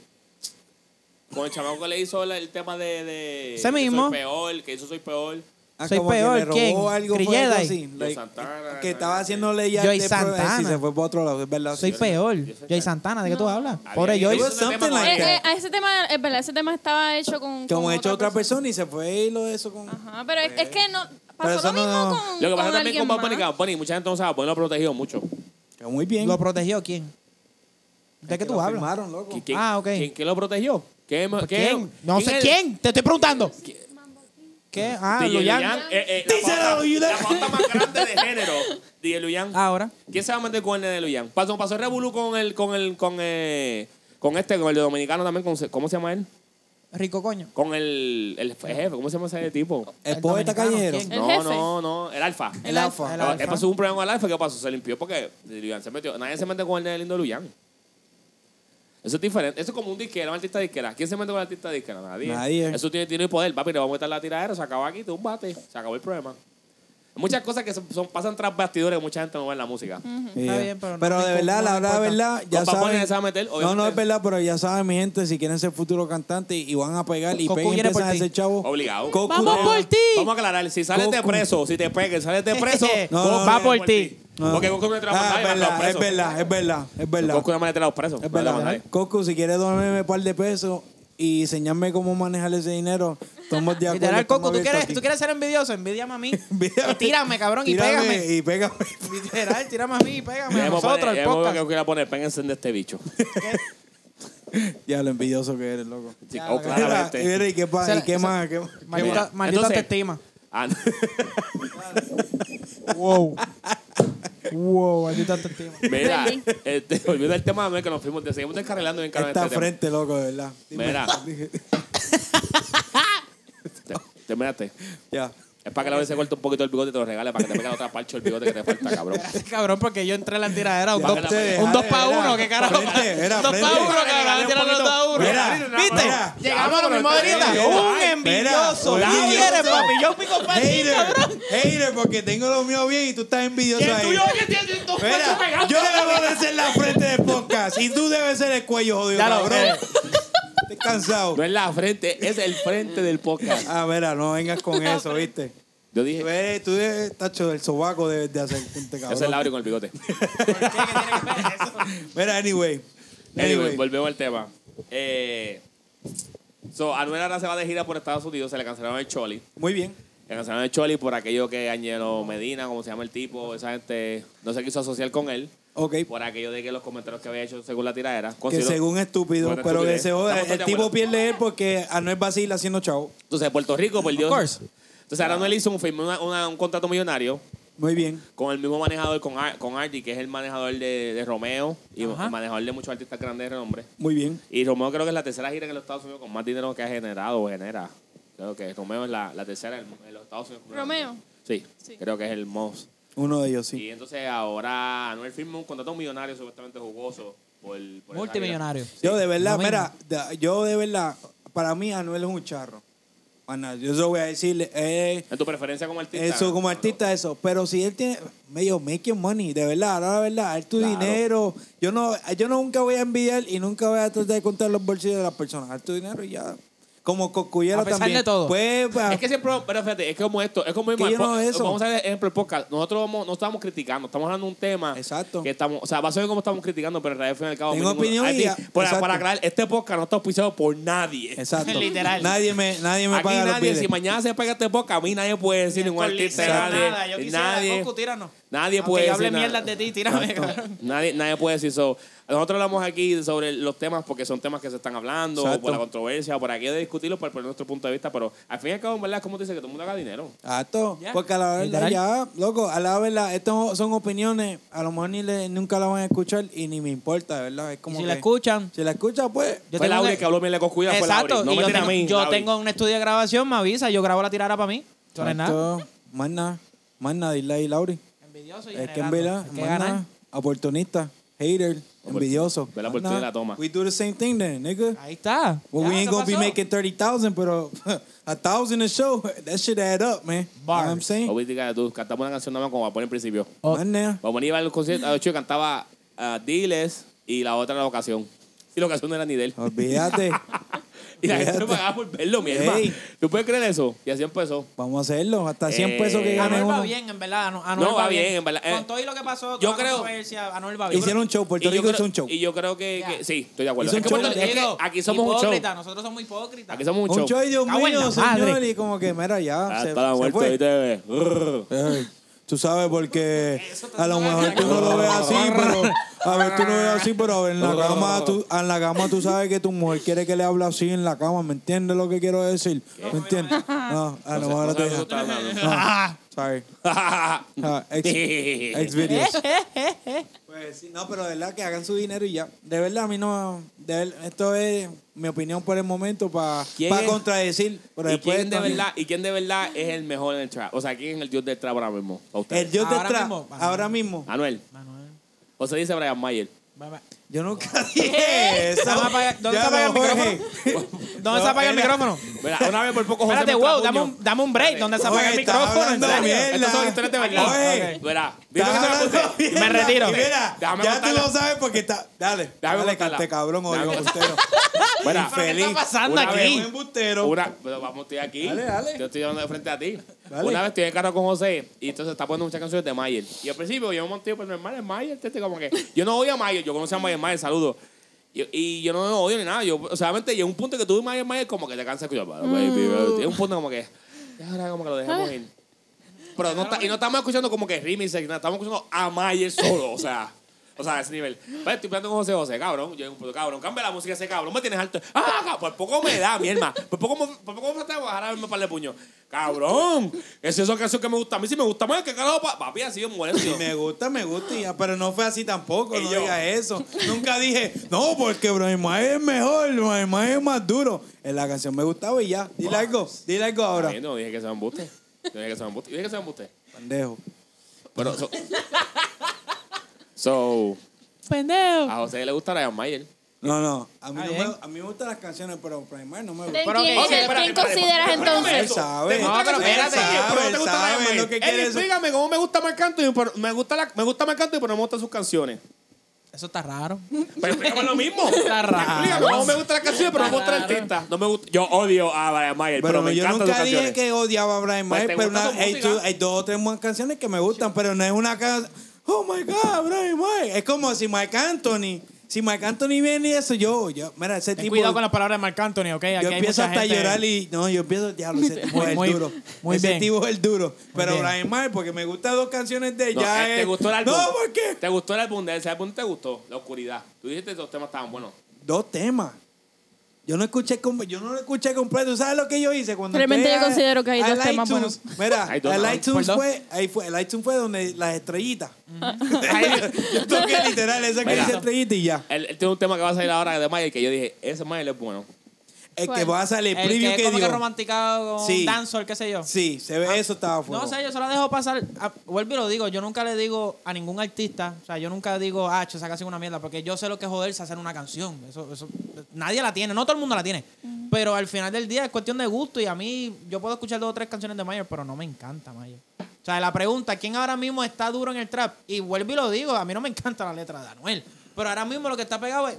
S1: Con el chamaco que le hizo el, el tema de. de
S2: Ese
S1: que
S2: mismo.
S1: Soy peor, que hizo soy peor.
S3: Ah,
S2: Soy
S3: como que
S2: peor,
S3: le robó
S2: ¿quién?
S3: algo, fue
S2: Crilleda
S3: algo
S2: y-
S3: así,
S1: Joe
S3: like,
S1: Santana,
S3: Que
S1: no,
S3: estaba
S1: no,
S3: haciendo ley ya.
S2: Joey
S3: de prueba,
S2: Santana.
S3: eh, sí, se fue para otro lado, es verdad.
S2: Soy
S3: sí.
S2: peor.
S1: yo soy
S2: Joy Santana, ¿de qué tú hablas?
S1: Había
S2: Pobre
S1: ido
S2: Joy.
S3: It
S1: ese
S3: was something
S1: tema con
S3: like
S4: Eh,
S1: él.
S3: that.
S4: eh, a ese tema, es verdad, ese tema estaba hecho con.
S3: Como hecho otra
S4: persona.
S3: persona y se fue y lo eso con.
S4: Ajá, pero es, es que no.
S3: Pero
S4: Pasó
S3: eso
S4: lo mismo
S3: no-
S4: con.
S1: Lo que pasa también
S4: alguien
S1: con Bad Bunny, que
S4: más.
S1: Bad Bunny, mucha gente no sabe, Bad Bunny lo ha protegido mucho.
S3: Que Muy bien.
S2: ¿Lo protegió quién? ¿De qué
S3: Que
S2: tú
S3: lo
S2: hablas?
S3: firmaron, loco.
S1: ¿Qui- quién-
S2: Ah, ok.
S1: ¿Quién, quién lo protegió? ¿Quién?
S2: ¿Quién? No sé quién. Te estoy preguntando. ¿Qué? Ah,
S1: DJ
S2: Luyan.
S1: Luyan. eh, eh,
S3: Díselo,
S1: la,
S3: Luyan.
S1: pauta, la pauta más grande de género. DJ Luyan.
S2: Ahora.
S1: ¿Quién se va a meter con el nene de Luyan? Pasó, pasó el Revolu con el, con el, con eh, Con este, con el de dominicano también, con, ¿cómo se llama él?
S5: Rico coño.
S1: Con el, el jefe, ¿cómo se llama ese tipo?
S3: El
S5: El
S3: poeta
S5: dominicano,
S3: callejero.
S5: ¿quién?
S4: ¿El
S1: no,
S4: jefe?
S1: no, no, el alfa.
S5: El alfa.
S1: Él
S5: El alfa.
S1: pasó un problema al alfa, ¿qué pasó? Se limpió porque Luyan se metió. Nadie se mete con el de Lindo Luyan. Eso es diferente. Eso es como un disquera, un artista disquera. ¿Quién se mete con el artista disquera? Nadie.
S3: Nadie.
S1: Eso tiene, tiene poder. Papi, le vamos a meter la tiradera, se acabó aquí, tú bate. Se acabó el problema. Hay Muchas cosas que son, son- pasan tras bastidores que mucha gente no ve en la música.
S3: Yeah.
S5: bien, pero no me
S3: de verdad, la
S5: importa.
S3: verdad, de verdad, ya
S1: Con Bad Bunny
S3: saben.
S1: se va a meter,
S3: no, no,
S1: obviamente.
S3: es verdad, pero ya saben, mi gente, si quieren ser futuros cantantes y van a pegar y
S5: Coco
S3: peguen
S5: viene por
S3: empiezan a
S5: ti.
S3: ser chavos.
S1: Obligado.
S3: Coco-
S4: Vamos por ti.
S1: Vamos a aclarar, si sales de
S3: Coco.
S1: preso, si te pegas, sales de preso,
S3: No,
S1: Coco
S3: no, no,
S1: va
S3: no,
S1: por
S5: por
S1: ti.
S5: ti.
S3: No.
S1: Porque Coco no entra a la
S3: Ah,
S1: pantalla, va a
S3: es verdad,
S1: los
S3: es
S1: presos.
S3: verdad, es verdad, es verdad.
S1: Coco no maleta a los presos.
S3: Es
S1: no entra a la
S3: verdad.
S1: pantalla.
S3: Coco, si quieres donarme un par de pesos y enseñarme cómo manejar ese dinero, estamos de acuerdo.
S5: Literal,
S3: estamos
S5: Coco, ¿tú
S3: abiertos
S5: quieres,
S3: aquí.
S5: ¿tú quieres ser envidioso? Envidiame a mí.
S3: Envíame.
S5: y tírame, cabrón, y
S3: Tírame
S5: pégame.
S3: Y pégame.
S5: Literal, tírame a mí y pégame. A
S1: Ya hemos pone-
S5: nosotros,
S1: ya
S5: el
S1: hemos
S5: podcast.
S1: que quiera poner, pen encender este bicho.
S3: Ya lo envidioso que eres, loco.
S1: Sí,
S5: Ya,
S1: oh,
S5: la
S1: claramente.
S3: Mira, y mira, ¿y qué, pa-
S5: O sea,
S3: y qué
S5: o sea,
S3: más? ¿Qué más?
S5: Maldita,
S1: Entonces-
S5: maldita te estima.
S1: Ah, no.
S5: Wow. wow, maldita te estima.
S1: Mira,
S4: Perdí.
S1: este, volviendo al tema de que nos fuimos, te seguimos descarrilando bien caro en
S3: Esta
S1: este tema.
S3: frente, loco, de verdad. Dime.
S1: Mira. Te- Terminaste.
S3: Ya.
S1: Es para que la vez se corte un poquito el bigote y te lo regale para que te pegue la otra parcha el bigote que te falta, cabrón.
S5: Cabrón, porque yo entré en la tiradera un
S1: Ya,
S5: dos,
S1: espérate,
S5: un
S1: espérate,
S5: dos pa'
S3: espérate.
S5: uno, qué carajo.
S3: Frente, era
S5: Un dos pa'
S3: frente.
S5: uno, cabrón, tiraron los dos a uno.
S3: Mira,
S5: ¿Viste?
S3: mira.
S5: Llegamos a lo mismo
S1: Espera,
S5: ahorita.
S1: espera,
S5: Un
S3: espera,
S5: envidioso.
S3: espera,
S5: ¿Qué quieres,
S3: envidioso.
S5: papi? Yo mi compañero, cabrón.
S3: Hater, hater, porque tengo lo mío bien y tú estás envidioso
S5: Que
S3: ahí.
S5: tú y yo que tienes dos pechos
S3: Mira,
S5: pegados.
S3: yo debo de ser la frente del podcast y tú debes ser el cuello, jodido,
S5: Ya lo
S3: cabrón.
S5: sé.
S3: Estoy cansado.
S1: No es la frente, es el frente del podcast.
S3: Ah, mira, no vengas con eso, ¿viste?
S1: Yo
S3: Tú
S1: dije,
S3: eres, tú eres tacho del sobaco debes de hacer ponte, cabrón.
S1: eso es labio con el bigote.
S3: Mira, anyway.
S1: Anyway,
S3: Anyway.
S1: volvemos al tema. Eh, so, Anuel ahora se va de gira por Estados Unidos, se le cancelaron el Choli.
S3: Muy bien.
S1: Le cancelaron el Choli por aquello que Añero Medina, como se llama el tipo, esa gente no se quiso asociar con él.
S3: Ok.
S1: Por aquello de que los comentarios que había hecho según la tiradera.
S3: Que
S1: considero-
S3: según estúpido,
S1: Bueno,
S3: pero que
S1: estupidez.
S3: se joda.
S1: Estamos todos
S3: El
S1: de
S3: tipo
S1: acuerdo.
S3: pierde él porque Anuel vacila haciendo chavo.
S1: Entonces, Puerto Rico perdió.
S5: Of course.
S1: Entonces, ahora Anuel hizo un, firmó una- una- un contrato millonario
S3: Muy bien.
S1: con el mismo manejador, con, Ar- con Artie, que es el manejador de, de Romeo y el
S5: Ajá.
S1: manejador de muchos artistas grandes de renombre.
S3: Muy bien.
S1: Y Romeo creo que es la tercera gira en los Estados Unidos con más dinero que ha generado o genera. Creo que Romeo es la, la tercera en en los Estados Unidos.
S4: Romeo.
S1: Sí,
S4: Sí.
S1: creo que es el most.
S3: Uno de ellos, sí.
S1: Y entonces ahora Anuel firmó un contrato millonario supuestamente jugoso por, por esa gira.
S5: Multimillonario.
S3: Yo de verdad,
S5: Lo mismo.
S3: mira, da- yo de verdad, para mí Anuel es un charro. Ana, yo eso voy a decirle, eh,
S1: ¿Es tu preferencia como artista?
S3: eso como
S1: No,
S3: artista, eso. Pero si él tiene, medio making money, de verdad, ahora la verdad, es tu
S1: Claro.
S3: dinero. Yo no, yo nunca voy a envidiar y nunca voy a tratar de contar los bolsillos de las personas. Es tu dinero y ya. Como cocuyero
S5: A pesar
S3: también.
S5: de todo.
S3: Pues, pues,
S1: no. Es que siempre, pero fíjate, es como esto, es como
S3: Que yo no veo eso.
S1: Vamos a ver ejemplo el podcast. Nosotros vamos- no estamos criticando, estamos hablando de un tema.
S3: Exacto.
S1: Que estamos, o sea, va a ser como estamos criticando, pero en realidad, al fin y al cabo.
S3: Tengo
S1: a mí ninguno-
S3: opinión
S1: a
S3: y
S1: ti-
S3: ya-
S1: para,
S3: exacto.
S1: para aclarar, este podcast no está auspiciado por nadie.
S3: exacto.
S5: Literal.
S3: Nadie me, nadie me
S1: Aquí
S3: paga los
S1: nadie,
S3: biles.
S1: si mañana se pega este podcast, a mí nadie puede decir ningún
S5: Con
S1: artista,
S5: liceo,
S1: nadie,
S5: nada, yo quisiera,
S1: nadie,
S5: Goku, tíranos.
S1: nadie
S5: Aunque
S1: puede
S5: yo
S1: decir
S5: hable
S1: nada.
S5: mierdas de ti, tírame, cabrón.
S1: Nadie, nadie puede decir eso. Nosotros hablamos aquí sobre los temas porque son temas que se están hablando,
S3: Exacto.
S1: por la controversia, por aquí de discutirlo, por, por nuestro punto de vista, pero al fin y al cabo, en verdad, como dice que todo el mundo haga dinero.
S3: Exacto.
S5: Ya.
S3: Porque a la verdad,
S5: Literal.
S3: ya, loco, a la verdad, estas son opiniones, a lo mejor ni le- nunca la van a escuchar y ni me importa, de ¿verdad? Es
S5: Y
S3: como
S5: Si
S3: que-
S5: la escuchan.
S3: Si la escucha, pues.
S5: Yo
S1: fue
S5: tengo
S1: Lauri
S5: que-
S1: que habló bien de Coscuida, fue Lauri.
S5: Exacto.
S1: No
S5: y
S1: me
S5: yo
S1: tiene a
S5: tengo-
S1: mí.
S5: Yo
S1: Lauri.
S5: tengo un estudio de grabación, me avisa, yo grabo la tirada para mí. Eso no es nada.
S3: Exacto. Más nada. Más nada, dile ahí, Lauri.
S5: Envidioso y
S3: Es que en
S5: generando.
S3: verdad,
S5: Hay que
S3: más
S5: ganar.
S3: nada. Oportunista, hater, envidioso.
S1: Ve la
S3: más
S1: oportunidad y
S3: nada.
S1: la toma.
S3: We do the same thing then, nigga.
S5: Ahí está.
S3: Well, we
S5: Ya,
S3: ain't
S5: ¿qué
S3: gonna be
S5: pasó?
S3: making 30,000, pero a thousand a show, that should add up, man. You know what I'm
S5: Bars.
S3: saying?
S1: Obi, diga, tú cantamos una canción nada más como va a poner en principio.
S5: Oh.
S3: Más nada.
S1: Vamos a ir a los conciertos, a los chicos cantaba ah, Diles y la otra la ocasión. Y la ocasión no era ni de él.
S3: Olvídate.
S1: Y la gente
S3: Fíjate.
S1: no pagaba por verlo, mi hermano.
S3: Ey.
S1: ¿Tú puedes creer eso? Y así empezó.
S3: Vamos a hacerlo. Hasta 100
S1: Eh,
S3: pesos que gane
S5: Anuel va
S3: uno.
S5: bien, en verdad. Anu- Anuel
S1: No, va bien, en verdad. Eh,
S5: Con todo y lo que pasó,
S1: yo
S5: toda la
S1: creo-
S5: controversia, Anuel va bien.
S3: Hicieron un show. Puerto
S1: Y Ah, yo
S3: Rico
S1: creo-
S3: hizo un show.
S1: Y yo creo que, que-
S5: Ya.
S1: sí, estoy de acuerdo.
S3: Hizo
S1: Es
S3: un
S1: que,
S3: show,
S1: Puerto-
S5: Te
S1: es que
S5: digo,
S1: aquí somos un
S5: hipócritas,
S1: show.
S5: Nosotros somos hipócritas.
S1: Aquí somos un,
S3: Un show, Dios
S5: Cago en la
S3: mío,
S5: madre.
S3: señor. Y como que, mira, ya.
S1: Ah,
S3: Se,
S1: estaba
S3: se
S1: muerto,
S3: fue.
S1: ¿viste? Brrr.
S3: Ey, Tú sabes, porque
S5: Eso te
S3: a lo
S5: suena
S3: mejor
S5: que-
S3: tú no lo ves así, pero. A ver, tú no lo ves así, pero en la cama, tú, en la cama tú sabes que tu mujer quiere que le hable así en la cama. ¿Me entiendes lo que quiero decir? ¿Me entiendes? Ah, No, a lo mejor
S1: No
S3: no
S1: sé
S3: te.
S1: de qué estaba hablando.
S3: No, Sorry. Ah, ex, ex videos. Pues sí, no, pero de verdad que hagan su dinero y ya. De verdad, a mí no. De ver- esto es mi opinión por el momento para
S1: ¿Quién es?
S3: contradecir. Pero
S1: ¿Y
S3: después
S1: quién, de
S3: también-
S1: verdad, ¿Y quién de verdad es el mejor en el trap? O sea, ¿quién es el dios del trap ahora mismo? A usted.
S3: El dios del
S2: Ahora
S3: trap,
S2: mismo, Manuel.
S3: ahora mismo.
S1: Anuel.
S2: Manuel.
S1: O se dice Brian Mayer.
S2: va, va.
S3: Yo nunca dije eso.
S2: Vamos a apagar- ¿dónde
S3: Ya
S2: se apaga
S3: lo
S2: el
S3: Jorge.
S2: ¿Dónde se apaga el micrófono?
S1: Mira, una vez por poco eh, José
S2: Espérate,
S1: Beltrán
S2: wow, dame
S1: Muñoz.
S2: un, dame un break. ¿Dónde se apaga el
S3: Jorge, estás
S2: micrófono? ¿En
S3: hablando
S2: serio?
S3: mierda.
S1: Estas son historias de verdad.
S3: Jorge,
S1: Verá, dime que
S3: estás
S1: se la
S3: hablando
S1: puse.
S3: mierda.
S2: Me retiro.
S3: Y Mira,
S1: Déjame
S3: ya tú
S1: botarla.
S3: lo sabes porque está. Dale,
S1: Déjame
S3: dale,
S1: botarla.
S3: este cabrón, odio
S1: Déjame-
S3: embustero.
S1: Verá,
S3: Infeliz. ¿Qué está
S2: pasando
S1: una
S2: aquí?
S1: vez-
S3: Un embustero.
S1: Una, pero vamos, estoy aquí.
S3: Dale, dale.
S1: Yo estoy hablando de frente a ti.
S3: Dale.
S1: Una vez estoy en el carro con José y entonces está poniendo muchas canciones de Mayer. Y al principio yo me monté, pues normal, es Mayer. Este, como que, yo no odio a Mayer, yo conocía a Mayer, Mayer, saludo. Y, y yo no lo odio ni nada. Yo, o sea, realmente llega un punto que tú Mayer, Mayer, como que te cansa de escuchar.
S3: Mm.
S1: "Baby, baby". Es un punto como que, ya ahora como que lo dejamos ir. Pero no está- y no estamos escuchando como que remixes, ni nada, estamos escuchando a Mayer solo, o sea. O sea, a ese nivel. Pero estoy hablando con José José, cabrón. Yo digo, pero, cabrón, cambia la música ese cabrón. Me tienes alto. ¡Ah! ca- Por poco me da, mi hermano. Por poco me, por poco me falta bajar a verme para el puño. ¡Cabrón! Esa es la canción que me gusta a mí. Si me gusta más, ¿qué carajo? pa-? Papi, así yo muero.
S3: Y
S1: tío.
S3: me gusta, me gusta, y ya, pero no fue así tampoco,
S1: Y
S3: no
S1: yo.
S3: digas eso. Nunca dije, no, porque Brian Mayer es mejor, Brian Mayer es más duro. En la canción me gustaba y ya. Dile algo, dile algo ahora.
S1: Yo no dije que se van buste. Yo dije que se van buste. Yo dije que se van buste.
S3: Pendejo.
S1: Pero, so, so,
S4: Pendejo.
S1: a José le gusta Ryan Mayer.
S3: No, no, a mí,
S2: Ah,
S3: no
S2: bien.
S3: me, a mí me gustan las canciones, pero Brian Mayer no me
S4: ¿De
S3: gusta.
S1: Pero,
S4: quién,
S1: ok,
S4: ¿quién
S1: espérate, espérate,
S4: consideras
S1: espérate,
S4: entonces?
S1: espérate.
S3: sabe.
S1: ¿Te gusta
S3: No,
S1: la
S3: pero
S1: canción?
S3: espérate,
S1: Sí, pero
S3: sabe,
S1: ¿te gusta
S3: sabe
S1: Ryan Mayer?
S3: lo que
S1: Él,
S3: quiere eso.
S1: explícame cómo me gusta Marc Anthony, pero me gusta, la, me gusta Marc Anthony, pero no me gustan sus canciones.
S2: Eso está raro.
S1: Pero explícame lo mismo.
S2: Está raro.
S1: Explícame cómo me gusta la canción, pero no me gusta el artista. No me gusta. Yo odio a Brian Mayer, pero,
S3: Pero
S1: me
S3: yo
S1: encantan sus
S3: nunca dije
S1: canciones.
S3: que odiaba a Brian
S1: Pues,
S3: Mayer,
S1: ¿te
S3: pero
S1: gusta
S3: una-
S1: su
S3: hay,
S1: música?
S3: dos- hay dos o tres más canciones que me gustan, pero no es una canción. Oh my God, Brian Mayer. Es como si Mike Anthony, si Mike Anthony viene y eso, yo, yo mira, ese
S2: Ten
S3: tipo.
S2: cuidado con las palabras de Marc Anthony, ¿ok? Aquí
S3: yo
S2: hay
S3: empiezo
S2: mucha
S3: hasta a
S2: gente-
S3: llorar y no, yo empiezo, diablo, ese tipo es el
S2: muy-
S3: duro.
S2: muy
S3: ese
S2: bien.
S3: tipo es el duro. Pero
S2: bien.
S3: Brian Mayer, porque me gustan dos canciones de
S1: No,
S3: ella.
S1: eh,
S3: es-
S1: ¿Te gustó el álbum?
S3: No, porque
S1: ¿Te gustó el álbum de él? ¿Ese álbum te gustó? La oscuridad. Tú dijiste que los temas estaban buenos.
S3: dos temas. Yo no escuché com- yo no lo escuché completo. ¿Sabes lo que yo hice cuando
S4: Realmente
S3: entré
S4: yo
S3: a-
S4: considero que hay
S3: al
S4: dos temas
S3: iTunes? Mira,
S1: Hay dos, ¿no?
S3: el iTunes
S2: Por dos.
S3: fue, ahí fue, el iTunes fue donde las estrellitas. yo toqué literal esa que
S1: Mira.
S3: dice estrellita y ya.
S1: Él, él tiene un tema que va a salir ahora de Mayer que yo dije, ese Mayer es bueno.
S3: El que
S4: ¿Cuál?
S3: va a salir
S2: El,
S3: el preview
S2: que,
S3: que,
S2: es como que
S3: dio.
S2: romanticado con
S3: Sí.
S2: dancer, qué sé yo.
S3: sí, se ve eso estaba fuera.
S2: No sé, yo se lo dejo pasar. Ah, vuelvo y lo digo, yo nunca le digo a ningún artista, o sea, yo nunca digo, ah, esa canción es una mierda, porque yo sé lo que es joderse hacer una canción. Eso, eso, nadie la tiene, no todo el mundo la tiene. Pero al final del día es cuestión de gusto y a mí, yo puedo escuchar dos o tres canciones de Mayer, pero no me encanta Mayer. O sea, la pregunta, ¿quién ahora mismo está duro en el trap? Y vuelvo y lo digo, a mí no me encanta la letra de Anuel, pero ahora mismo lo que está pegado es...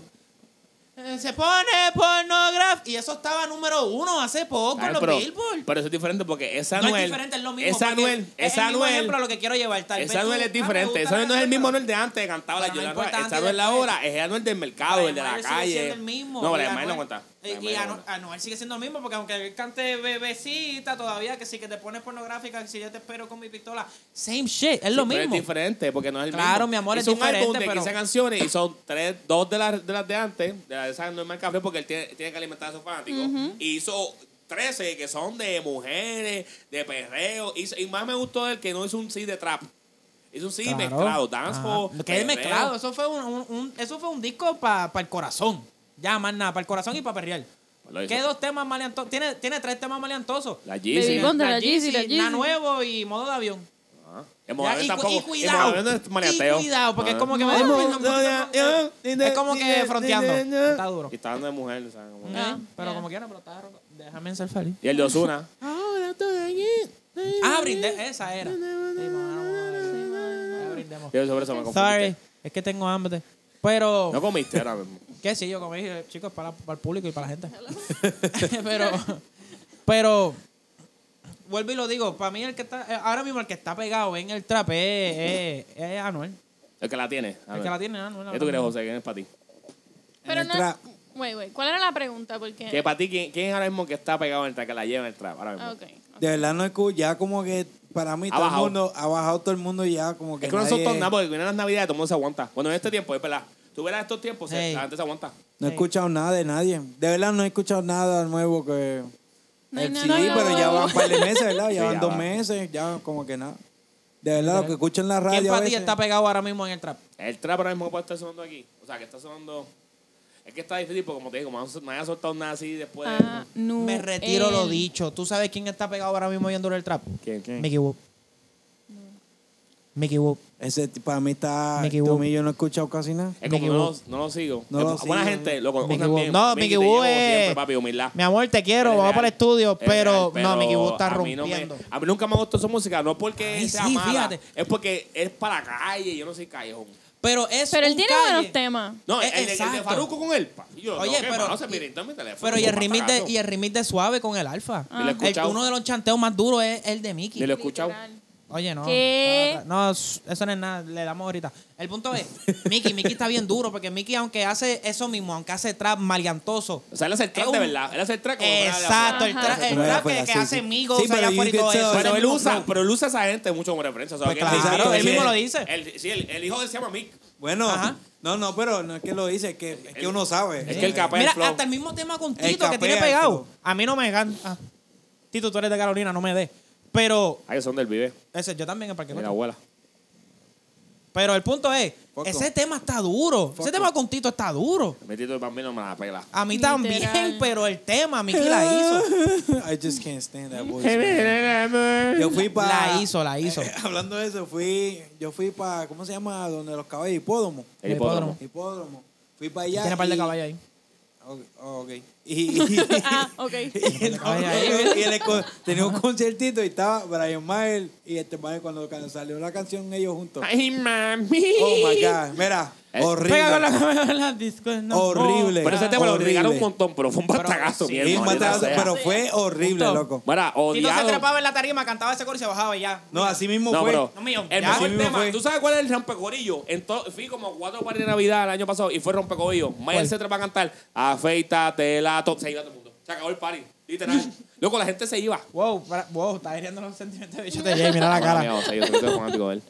S2: eh, Se pone pornografía y eso estaba número uno hace poco
S1: ¿Sabes?
S2: en los
S1: Pero,
S2: Billboard.
S1: pero eso es diferente porque esa
S2: No
S1: Anuel.
S2: es diferente, es lo mismo.
S1: Esa
S2: porque
S1: Anuel.
S2: es
S1: Esa
S2: el mismo
S1: Anuel.
S2: ejemplo a lo que quiero llevar. Tal vez
S1: Esa
S2: tú,
S1: Anuel es
S2: ah, me
S1: diferente.
S2: gusta
S1: Esa Anuel no es el
S2: canción,
S1: mismo
S2: pero-
S1: Anuel de antes, que cantaba la
S2: Pero no
S1: Yolanda.
S2: importa
S1: Esa
S2: antes y
S1: Anuel es la
S2: después.
S1: hora. Es el Anuel del mercado,
S2: Brian
S1: el de la
S2: Mayer sigue siendo
S1: calle.
S2: el mismo,
S1: No,
S2: y
S1: Brian Mayer no
S2: Anuel- eh,
S1: cuenta.
S2: Y,
S1: Brian
S2: y
S1: Mayer no
S2: Anu-
S1: cuenta.
S2: Anuel sigue siendo el mismo porque aunque él cante bebecita todavía, que si que te pones pornográfica, que si yo te espero con mi pistola, same shit, es lo
S1: Sí, pero
S2: mismo.
S1: es diferente porque no es el
S2: Claro,
S1: mismo.
S2: mi amor, es
S1: Hizo un álbum
S2: diferente,
S1: de
S2: pero-
S1: 15 canciones y son tres, dos de las de, las de antes, de las de esas no es más café porque él tiene, tiene que alimentar a sus fanáticos. Y hizo 13 que son de mujeres, de perreo. Hizo- y más me gustó del que no hizo un sí de trap. Hizo un sí
S2: Claro.
S1: mezclado, dancehall.
S2: Ajá. Que es
S1: perreo.
S2: mezclado, eso fue un, un- un- eso fue un disco para el corazón. Ya, más nada, para el corazón y para perrear.
S1: Lo hizo.
S2: ¿Qué dos temas maleantosos? Tiene, tiene tres temas maleantosos.
S1: La Yeezy.
S4: Baby Bond. Contra la Yeezy, la Yeezy.
S2: La Nuevo y Modo de Avión.
S1: Ah. El
S2: Ya,
S1: Mohamed
S2: y, cu-
S1: tampoco.
S2: y
S1: El
S2: cuidado.
S1: Mohamed no es
S2: y
S1: maleanteo.
S2: cuidado, porque es
S1: Ah.
S2: como que me eh, Es como que fronteando. Está duro.
S1: Y está dando de mujer, o sea, como-
S4: Ah,
S2: Pero
S4: ya.
S2: como quiera, pero está roto. Déjame ser feliz.
S1: Y el de Osuna.
S2: Ah, brindé. Esa era. Sí, mano, ya brindemos.
S1: Yo sobre eso me confundí.
S2: Sorry, es que tengo hambre. Pero,
S1: No comiste ahora mismo.
S2: ¿qué sí? Yo comí, eh, chicos, para, para el público y para la gente. pero, pero, vuelvo y lo digo. Para mí, el que está, eh, ahora mismo el que está pegado en el trap es, es, es Anuel.
S1: El que la tiene. A
S2: El
S1: ver.
S2: que la tiene, es Anuel.
S1: ¿Qué tú crees, José? ¿Quién es para ti?
S4: Pero
S3: En
S4: no.
S3: el trap.
S4: Wait, wait, ¿Cuál era la pregunta? Porque.
S1: ¿Qué para ti? ¿Quién, quién es ahora mismo que está pegado en el trap, que la lleva en el trap? Ahora mismo.
S4: Ah, ok.
S3: De verdad no escucho, ya como que para mí
S1: Ha
S3: todo
S1: bajado.
S3: el mundo ha bajado todo el mundo ya como que
S1: Es que no son
S3: nadie-
S1: tornados, porque vienen las navidades, todo el mundo se aguanta. Cuando en este tiempo, es verdad. Tú verás estos tiempos, se-
S2: Ey.
S1: la gente se aguanta.
S3: No he escuchado nada de nadie. De verdad no he escuchado nada nuevo que
S4: No hay
S3: el
S4: nada
S3: CD, pero ya
S4: nuevo.
S3: van un par de meses, ¿verdad? Ya
S1: Sí,
S3: van
S1: ya
S3: dos
S1: va.
S3: meses, ya como que nada. De verdad, lo que escucho en la radio.
S2: ¿Quién
S3: a
S2: para ti
S3: veces-
S2: está pegado ahora mismo en el trap?
S1: El trap ahora mismo puede estar sonando aquí. O sea, que está sonando. Es que está difícil porque, como te digo, como no haya soltado nada así después de.
S4: Ah, eh. no,
S2: Me retiro lo
S4: él.
S2: dicho. ¿Tú sabes quién está pegado ahora mismo yendo el trap?
S1: ¿Quién?
S2: Mickey Woo. Mickey Woo.
S3: Ese t- para mí está.
S2: Mickey
S3: tú a
S2: Wu.
S3: mí yo no he escuchado casi nada.
S1: Es como
S2: Mickey
S1: no lo,
S2: Wu.
S1: no lo sigo.
S3: No
S1: Es
S3: lo
S1: buena
S3: sigo.
S1: gente, lo conozco
S2: Mickey
S1: también.
S2: Wu. No,
S1: Mickey,
S2: Mickey
S1: te
S2: Wu
S1: llevo
S2: es-
S1: Siempre, papi, humildad.
S2: Mi amor, te quiero.
S1: Es
S2: Vamos
S1: real,
S2: para el estudio.
S1: es
S2: Pero,
S1: real,
S2: no, Mickey Woo está
S1: a mí no me-
S2: rompiendo.
S1: a mí nunca me gustó su música, no porque
S2: Ay,
S1: sea
S2: sí,
S1: mala,
S2: fíjate.
S1: es porque es para calle, yo no soy callejón.
S2: Pero es
S4: Pero él
S2: un
S4: tiene
S2: calle.
S4: buenos temas.
S1: No, el,
S2: Eh,
S1: el de- el de
S2: exacto.
S1: Faruco con él. pa. Y yo,
S2: Oye,
S1: no, ¿qué,
S2: pero-
S1: mano? Se
S2: y-
S1: mira, está en mi teléfono,
S2: Pero y el,
S1: como
S2: remix de,
S1: patrazo.
S2: y el remix de Suave con el Alfa.
S1: Ni lo he
S2: El,
S1: escuchado.
S2: uno de los chanteos más duros es el de
S1: Ni
S2: Mickey.
S1: lo he escuchado.
S4: Literal.
S2: Oye, no.
S4: ¿Qué?
S2: No, s- eso no es nada. Le damos ahorita. El punto es, Mickey, Mickey está bien duro porque Mickey, aunque hace eso mismo, aunque hace trap maliantoso.
S1: O sea, él hace el track
S2: Es
S1: de
S2: un-
S1: verdad. Él hace el track como fuera de
S2: Exacto, el,
S4: Ajá.
S2: tra- el
S3: Fuera de
S2: trap que,
S3: afuera,
S2: que
S3: sí,
S2: hace
S3: sí.
S2: Migos
S3: Sí,
S2: allá
S3: pero
S2: afuera y
S3: you
S2: todo
S3: get
S2: eso.
S3: some-
S1: Pero él
S2: mismo-
S1: usa, pero él usa a esa gente mucho como referencia. O sea,
S2: Pues
S1: que él-
S2: claro,
S1: sí,
S2: él
S1: sí,
S2: mismo
S1: él-
S2: lo dice.
S1: él- Sí, el el hijo se llama Mick.
S3: Bueno,
S2: Ajá.
S3: no, no, pero no es que lo dice, es que, es que
S1: El-
S3: uno sabe.
S1: es que el capaz
S2: Mira,
S1: el flow.
S2: hasta el mismo tema con
S3: El
S2: Tito que tiene
S3: capea, el
S2: pegado.
S3: flow.
S2: A mí no me encanta. Tito, tú eres de Carolina, no me des. Pero,
S1: Ahí es donde él vive,
S2: ese, yo también, para que
S1: de
S2: no
S1: mi abuela.
S2: Pero el punto es,
S3: Foco.
S2: ese tema está duro. Ese tema con Tito está duro.
S1: Mi tito de bambino me la pela.
S2: A mí
S4: Literal.
S2: también, pero el tema, Miki la hizo.
S3: I just can't stand that voice. man. Yo fui para.
S2: La hizo, la hizo.
S3: hablando de eso, fui, yo fui para, ¿cómo se llama? Donde los caballos, hipódromo.
S1: El hipódromo.
S3: Hipódromo. Fui para allá.
S2: Tiene par de
S3: y-
S2: caballos ahí.
S3: Ok. oh, ok. Y, y-
S4: Ah, ok.
S3: y- no,
S2: caballos ahí, ¿eh?
S3: no, y en el con- tenía un conciertito y estaba Brian Mayer y este Mayer cuando can- salió la canción ellos juntos.
S1: Ay, mami.
S3: Oh my God. Mira,
S2: Eh,
S1: Es-
S3: horrible. Horrible.
S1: Pero ese tema este lo
S3: Horrible.
S1: criticaron un montón, pero fue un batagazo,
S3: Sí,
S1: mi hermano.
S3: matazo,
S1: maldita sea.
S3: pero fue horrible,
S2: Justo.
S3: loco.
S1: Mira,
S2: Tito se
S1: odiado.
S2: trepaba en la tarima, cantaba ese coro y se bajaba y ya.
S3: No, así mismo
S1: No,
S3: fue.
S1: pero
S2: No, mío,
S1: el
S2: ya.
S1: mejor
S3: Sí, mío
S1: tema.
S3: fue.
S1: ¿Tú sabes cuál es el rompecorillo? En to- fui como a cuatro parties de Navidad el año pasado y fue rompecorillo. Mayer se trepa a cantar. Afeítate la top. Se iba todo el mundo. Se acabó el party. Literal. Loco, la gente se iba.
S2: Wow, para- wow, está hiriendo los sentimientos de bicho de Jay, mira la
S1: Mía,
S2: cara.
S1: o sea, yo soy fanático de él.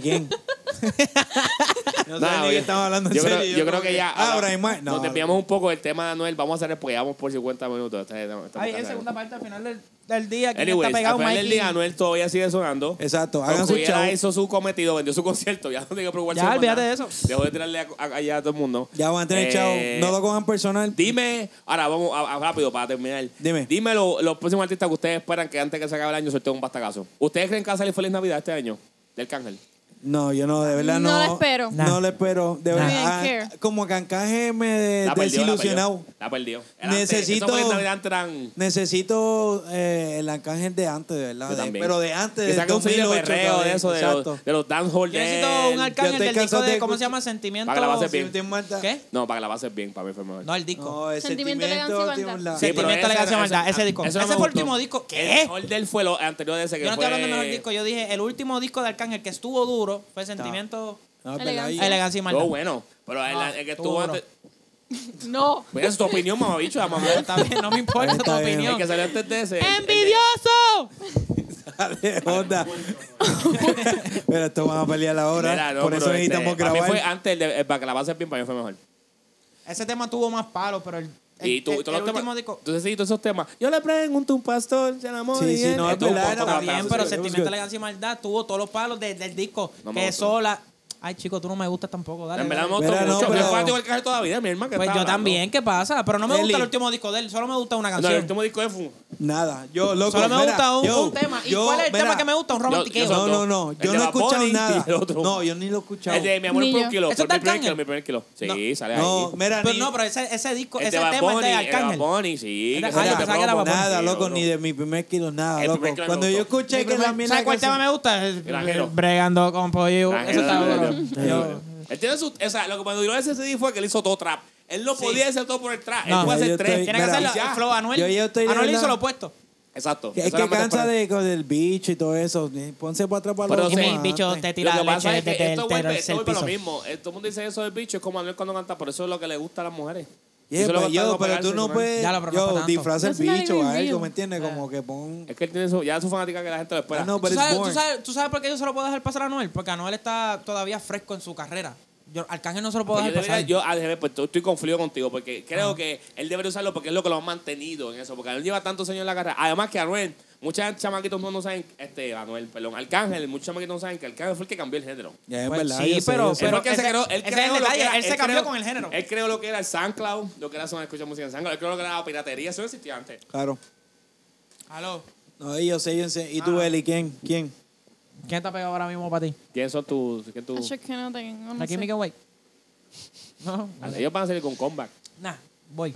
S3: quién? no sé
S1: Nada,
S3: ni
S1: oye,
S3: qué estamos hablando en
S1: yo
S3: serio.
S1: Creo, yo creo que ya.
S3: Ah,
S1: ahora,
S3: Brian Mayer. No,
S1: Nos desviamos un poco del tema de Anuel. Vamos a hacer el porque llevamos por 50 minutos. Este- este- este-
S2: Ay,
S1: este-
S2: en segunda parte, al final del, del día, ¿quién
S1: Anyways,
S2: está pegado,
S1: al final del
S2: Mikey?
S1: día Anuel todavía sigue sonando.
S3: Exacto, hagan su show.
S1: Concubiera hizo su cometido, vendió su concierto, ya no tiene que preocuparse.
S2: Ya,
S1: por
S2: olvídate
S1: nada.
S2: de eso.
S1: Dejó de tirarle a, a- allá a todo el mundo.
S3: Ya van a tener
S1: Eh,
S3: chao. No lo cojan personal.
S1: Dime, ahora vamos a, a- rápido para terminar.
S3: Dime.
S1: Dime lo- los próximos artistas que ustedes esperan que antes que se acabe el año sorteen un bastagazo. ¿Ustedes creen que va a salir Feliz Navidad este año? Del Cángel.
S3: No, yo no, de verdad no.
S4: No lo espero.
S3: No lo espero. De
S2: Nah.
S3: verdad. ah,
S4: I don't care.
S3: como que Ancaje me de-
S1: La perdió,
S3: Eh, desilusionado.
S1: La perdió. La perdió. Era antes,
S3: Necesito-
S1: eso Feliz Navidad antes eran-
S3: Necesito eh, el Arcángel de antes, de verdad.
S1: Yo
S3: de-
S1: también.
S3: pero de antes,
S1: Que
S3: de
S1: saque un video de
S3: 2008.
S1: perreo de eso, de
S3: Exacto.
S1: los, de los dancehall
S2: Yo
S1: de
S2: necesito
S1: él.
S2: un
S3: Yo
S2: arcángel
S3: estoy
S2: del disco
S3: cansado
S2: de,
S3: de
S2: ¿cómo se
S3: escuchar-
S2: llama? Sentimiento.
S1: Para que la base bien.
S3: Usted mata-
S2: ¿Qué?
S1: No, para que la pases bien, para mí fue mejor.
S2: No, el disco.
S3: No, el
S4: Sentimiento,
S3: sentimiento,
S4: elegancia y
S3: tiene un
S4: banda.
S3: lado.
S1: Sí, pero
S2: Sentimiento,
S1: esa-
S2: elegancia,
S1: esa-
S2: maldad. Ese disco.
S1: eso no
S2: Ese
S1: me
S2: fue el
S1: gustó.
S2: último disco.
S1: El
S2: ¿Qué?
S1: mejor de él fue lo anterior de ese que
S2: Yo no
S1: fue-
S2: estoy hablando del mejor disco. Yo dije, el último disco de Arcángel que estuvo duro fue Sentimiento,
S3: No, pelado.
S4: Elegancia.
S2: Elegancia y Maldad.
S1: Todo bueno. Pero el, el que estuvo
S2: estuvo duro.
S1: antes.
S4: No.
S1: Mira, es tu opinión, mamabicho, la mamá.
S2: Está bien, no me importa tu
S3: Está bien.
S1: El
S2: opinión.
S1: que salió antes de ese.
S2: ¡Envidioso!
S3: Dale, onda. pero esto van a pelear ahora.
S1: Mira, no,
S3: Por eso
S1: pero este,
S3: necesitamos
S1: para mí
S3: grabar.
S1: fue antes, el, de, el para que la pases bien, para mí fue mejor.
S2: Ese tema tuvo más palos, pero el, el,
S1: Y tú,
S2: el-
S1: y todos
S2: el
S1: los
S2: último
S1: temas.
S2: disco.
S1: Entonces, sí, todos esos temas. Yo le pregunto a un pastor, se enamoró.
S3: Sí,
S1: y
S3: sí,
S1: él-
S3: no, es
S1: esto un
S3: verdad,
S1: poco
S3: era
S1: atrás,
S2: Bien,
S3: sí,
S2: pero
S3: sí,
S2: Sentimiento,
S3: sí.
S2: Elegancia y Maldad tuvo todos los palos de- del disco.
S1: No me
S2: que
S1: gustó.
S2: sola. Ay, chico, tú no me gustas tampoco. Dale.
S1: En verdad me
S2: dale.
S1: gustó
S3: Mira, no,
S1: mucho. Yo
S3: pero-
S1: fui fanático del Cajel toda la vida, mi hermano. que
S2: Pues
S1: estaba
S2: yo
S1: hablando.
S2: también, ¿qué pasa? Pero no me
S3: Eli.
S2: gusta el último disco de él, solo me gusta una
S1: No,
S2: canción.
S1: el último disco de Fu.
S3: Nada, yo loco.
S2: Solo me
S3: mira,
S2: gusta un,
S3: yo-
S2: un tema. ¿Y
S3: yo,
S2: cuál es el tema
S3: mira,
S2: que me gusta? Un romantiqueo.
S1: Yo- yo
S3: No,
S1: son
S3: no,
S1: dos.
S3: no.
S1: El
S3: Yo
S1: de
S3: no he
S1: Bad
S3: escuchado
S1: Bunny y
S3: nada.
S1: el otro.
S3: No, yo ni lo he escuchado.
S1: El de mi amor
S4: Ni
S1: por
S4: yo.
S1: un kilo.
S2: ¿Eso
S1: Fue
S2: está
S1: mi
S2: el
S1: primer
S2: Cángel?
S1: kilo, mi primer kilo. Sí, sale ahí.
S3: No, mira,
S2: pero
S3: ni,
S2: Pues no, pero ese, ese disco,
S1: El
S2: ese
S1: de Bad
S2: tema es de
S1: Bunny, el de Bad
S2: Arcángel.
S1: Bunny, sí.
S2: Es
S1: que
S2: de-
S1: eso
S2: Ay,
S1: te
S2: yo pensaba que era
S1: promo.
S2: Bad Bunny.
S3: nada,
S1: Sí,
S3: loco,
S1: no,
S3: ni
S1: no.
S3: de mi primer kilo, nada,
S1: El
S3: loco.
S1: primer kilo me
S3: Cuando yo
S1: gustó.
S3: escuché
S2: Mi
S3: que la
S2: primer-
S3: mierda
S2: ¿Sabes cuál
S3: que
S2: tema
S3: se-
S2: me gusta?
S1: Granjero.
S2: Bregando con pollo.
S1: Ah,
S2: Eso está
S1: era-
S2: duro.
S1: era- era- Él tiene su. O sea, lo que me duró ese CD fue que él hizo todo trap. Él no podía hacer todo por el trap.
S2: No,
S1: él puede
S3: yo
S1: hacer tres.
S3: estoy-
S2: Tiene que
S3: Mira,
S2: hacer
S3: ya.
S2: el flow Anuel.
S3: Yo- yo estoy de
S2: Anuel hizo
S3: verdad-
S2: lo opuesto.
S1: Exacto.
S3: Es
S1: Eso
S3: que
S1: era más
S3: cansa
S1: temprano.
S3: de, con el bicho y todo eso. Ponse para atrás para
S1: Pero
S3: los
S1: sí,
S3: demás.
S2: bicho, te
S1: Lo
S2: tira
S1: que pasa
S2: leche
S1: es que
S2: desde
S1: esto
S2: el
S1: vuelve, esto
S2: tercer
S1: vuelve lo
S2: piso.
S1: mismo. Eh, Todo el mundo dice eso del bicho, es como Anuel cuando canta, por eso es lo que le gusta a las mujeres.
S3: Yeah,
S1: Eso es lo
S3: pero
S1: que
S3: yo,
S1: tengo que
S3: pero tú
S1: pegarse
S3: no
S1: con él.
S3: puedes.
S2: Ya, pero no para
S3: yo,
S2: tanto.
S3: disfraza el
S4: That's not
S3: bicho
S4: even
S3: o algo,
S4: real.
S3: ¿me entiendes? Como que pon.
S1: Es que él tiene su, ya es su fanática que la gente lo espera.
S3: Ah, no,
S2: ¿Tú
S3: pero
S2: sabes,
S3: es
S2: tú
S3: born.
S2: sabes- tú sabes por qué yo se lo puedo dejar pasar a Anuel? Porque Anuel está todavía fresco en su carrera. Yo, Arcángel no se lo puedo
S1: Pues yo,
S2: dejar pasar. Ah.
S1: debería, yo al revés, pues, estoy conflicto contigo porque creo que él debería usarlo porque es lo que lo ha mantenido en eso. Porque Anuel lleva tantos años en la carrera. Además que Anuel Muchas chamaquitos no, no saben, este, Anuel, perdón, Arcángel, muchos chamaquitos no saben que Arcángel fue el que cambió el género.
S3: Ya, es
S2: Pues
S3: verdad,
S2: sí,
S3: yo sé,
S2: pero-
S3: yo sé.
S1: Él fue
S2: pero-
S1: el que se
S2: ese-
S1: creó- él
S2: ese es
S1: creó
S2: el
S1: lo que
S2: detalle,
S1: era-
S2: él se cambió
S1: creó-
S2: con el género.
S1: Él creó lo que era el SoundCloud, lo que era son escuchar música en SoundCloud, él creó lo que era la piratería, eso no existía antes.
S3: Claro.
S2: Aló.
S3: No, y yo sé, yo sé. ¿Y tú,
S2: Ah.
S3: Eli, quién? ¿Quién?
S2: ¿Quién está pegado ahora mismo para ti?
S1: ¿Quién son tus? ¿Quién tú?
S4: Acho, es que no tengo, no
S2: Aquí
S4: sé.
S2: Miguel Way. No,
S1: Ellos van a salir con comeback.
S2: nah, voy.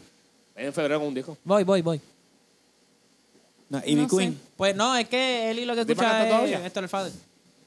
S1: En febrero con un disco.
S2: Voy, voy, voy.
S3: No, ¿Y mi
S4: No sé.
S3: queen?
S2: Pues no, es que él y lo que
S1: ¿Te
S2: escucha
S1: pagaste
S2: es
S1: todavía?
S2: Héctor el Father.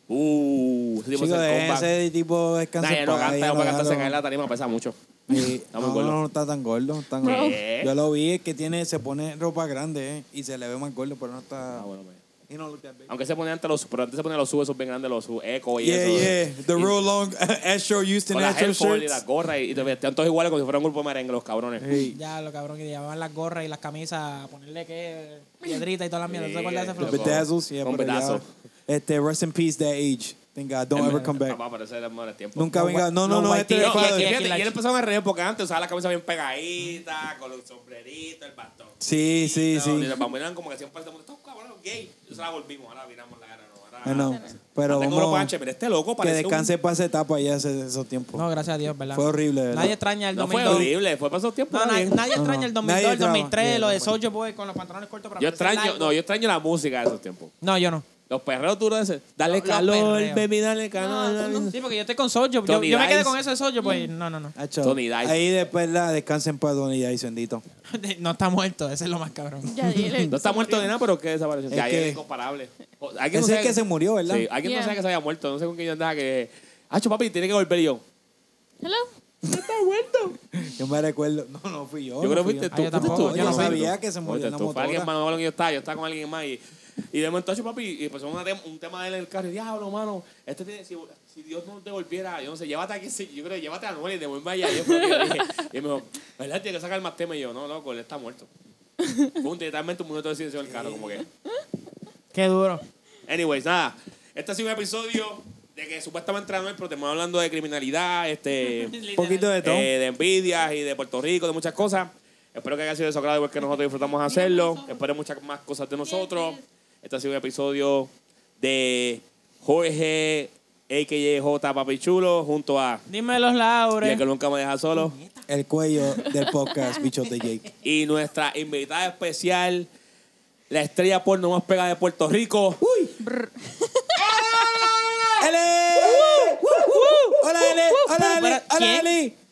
S1: Uh, ese tipo
S3: Chico,
S1: hace el
S3: de
S1: comeback.
S3: ese tipo descansa
S1: Nah, ya no
S3: en paz,
S1: canta,
S3: ya
S1: no puede
S3: déjalo.
S1: cantarse caer en la tarima, pesa mucho.
S3: Sí.
S1: Está muy
S3: No,
S1: gordo.
S3: no, no está tan gordo. no está tan
S1: Bro.
S3: gordo.
S1: ¿Qué?
S3: Yo lo vi, es que tiene, se pone ropa grande eh, y se le ve más gordo, pero no está.
S1: Ah, bueno, pues.
S3: He don't look that big.
S1: Aunque se ponían antes los, pero antes se ponían los subes, esos bien grandes, los subes, eco y
S3: Yeah,
S1: eso.
S3: yeah. The
S1: Y-
S3: real long Astro Houston
S1: Con las
S3: Astro
S1: headphones y las
S3: shirts.
S1: gorras y, y te vestían todos iguales como si fuera un grupo de merengue, los cabrones.
S3: Hey.
S2: Ya, lo cabrón, que llevaban las gorras y las camisas a ponerle que piedrita y toda la mierda. ¿No se acuerda de ese
S1: Con
S3: Los
S2: flow?
S3: bedazzles, yeah,
S1: Con
S3: pero ya-
S1: bedazo.
S3: Este, rest in peace that age. Thank God,
S1: Em,
S3: don't ever come
S1: Va
S3: back.
S1: a aparecer el mejor tiempo.
S3: Nunca
S2: No,
S3: venga. No, no,
S2: no,
S3: no,
S2: white
S3: este
S1: Y,
S2: tee.
S3: es
S1: em, no, y- y
S3: father.
S2: Aquí,
S1: fíjate,
S2: aquí,
S1: y
S2: like-
S1: él empezó a reír porque antes usaba la camisa bien pegadita, con el sombrerito, el bastón.
S3: Sí, sí,
S1: Y
S3: sí.
S1: los bambinos eran como que siempre parte estos cabrones gay. Eso la volvimos, ahora viramos la cara. No, ahora,
S3: I know. Pero
S1: Antes como los
S3: vamos,
S1: panches, pero este loco
S3: que
S1: parece un-
S3: descanse para esa etapa ya ese, esos tiempos.
S2: No, gracias a Dios, ¿verdad?
S3: Fue horrible, ¿verdad?
S2: Nadie extraña el
S1: No fue
S2: 2002.
S1: horrible, fue para esos tiempos.
S2: No,
S1: está
S2: na-
S1: bien.
S2: nadie
S3: No,
S2: extraña el
S3: no.
S2: 2002,
S3: Nadie
S2: el
S3: traba.
S2: 2003,
S3: Yeah,
S2: lo de
S3: no fue.
S2: Soulja Boy con los pantalones cortos para
S1: Yo
S2: parecer
S1: extraño,
S2: largo.
S1: no, yo extraño la música de esos tiempos.
S2: No, yo no.
S1: Los perreos duros de ese. Dale
S2: Los- los
S1: calor,
S2: perreos.
S1: baby, dale calor.
S4: No,
S1: dale-
S2: Sí, porque yo estoy con Soulja. Yo,
S1: Tony
S2: yo me quedé
S1: Dice.
S2: con eso de Soulja, pues no, no, no.
S3: Acho,
S1: Tony Dice.
S3: Ahí después la descansen para Tony Dice, bendito.
S2: No está muerto, ese es lo más cabrón.
S4: Ya dile.
S1: No está muerto de nada, pero que desapareció.
S3: Es
S1: Ya,
S3: que-
S1: es incomparable. O- alguien
S3: Ese es
S1: sabe-
S3: que se murió, ¿verdad?
S1: Sí, alguien
S4: Yeah.
S1: no sabe que se había muerto. No sé con quién yo andaba que... Hacho, papi, tiene que volver Y yo.
S4: Hello.
S3: Yo me recuerdo. No, no fui yo.
S1: Yo
S3: no
S1: creo que
S3: fui
S1: fuiste
S3: yo.
S1: tú.
S2: Ah, yo
S1: fuiste
S2: tampoco,
S1: tú,
S2: yo no
S1: fuiste
S3: sabía
S1: tú.
S3: que se murió
S1: Fuiste
S3: una
S1: tú. Fue alguien
S3: motora.
S1: más, no me acuerdo quién yo estaba. Yo estaba con alguien más y... Y de momento, hacho, papi, y empezó una tem- un tema de él en el carro. Y diablo, mano, este tiene... Si, si Dios no te volviera, yo no sé, llévate aquí. sí, Yo creo que llévate a Noel y devuelve allá. Yo fue lo que yo dije. Y él me dijo, ¿verdad? Tiene que sacar más tema. Y yo, no, loco, él está muerto. Fue un, literalmente un minuto de silencio en el carro, como que...
S2: Qué duro.
S1: Anyways, nada. Este ha sido un episodio de que supuestamente era Noel, pero estamos hablando de criminalidad, este, eh,
S3: Un poquito de todo.
S1: de envidias y de Puerto Rico, de muchas cosas. Espero que haya sido de su agrado, igual que nosotros disfrutamos hacerlo. Espero muchas más cosas de nosotros. Este ha sido un episodio de Jorge, a.k.a. J. Papi Chulo, junto a
S2: Dímelo, Laure.
S1: Ya que nunca me deja solo.
S3: El cuello del podcast, bichos de Jake.
S1: Y nuestra invitada especial, la estrella porno más pegada de Puerto Rico.
S3: Eh. ¡Ele! ¡Hola, Ele! ¡Hola, Ele! ¡Hola, Eli!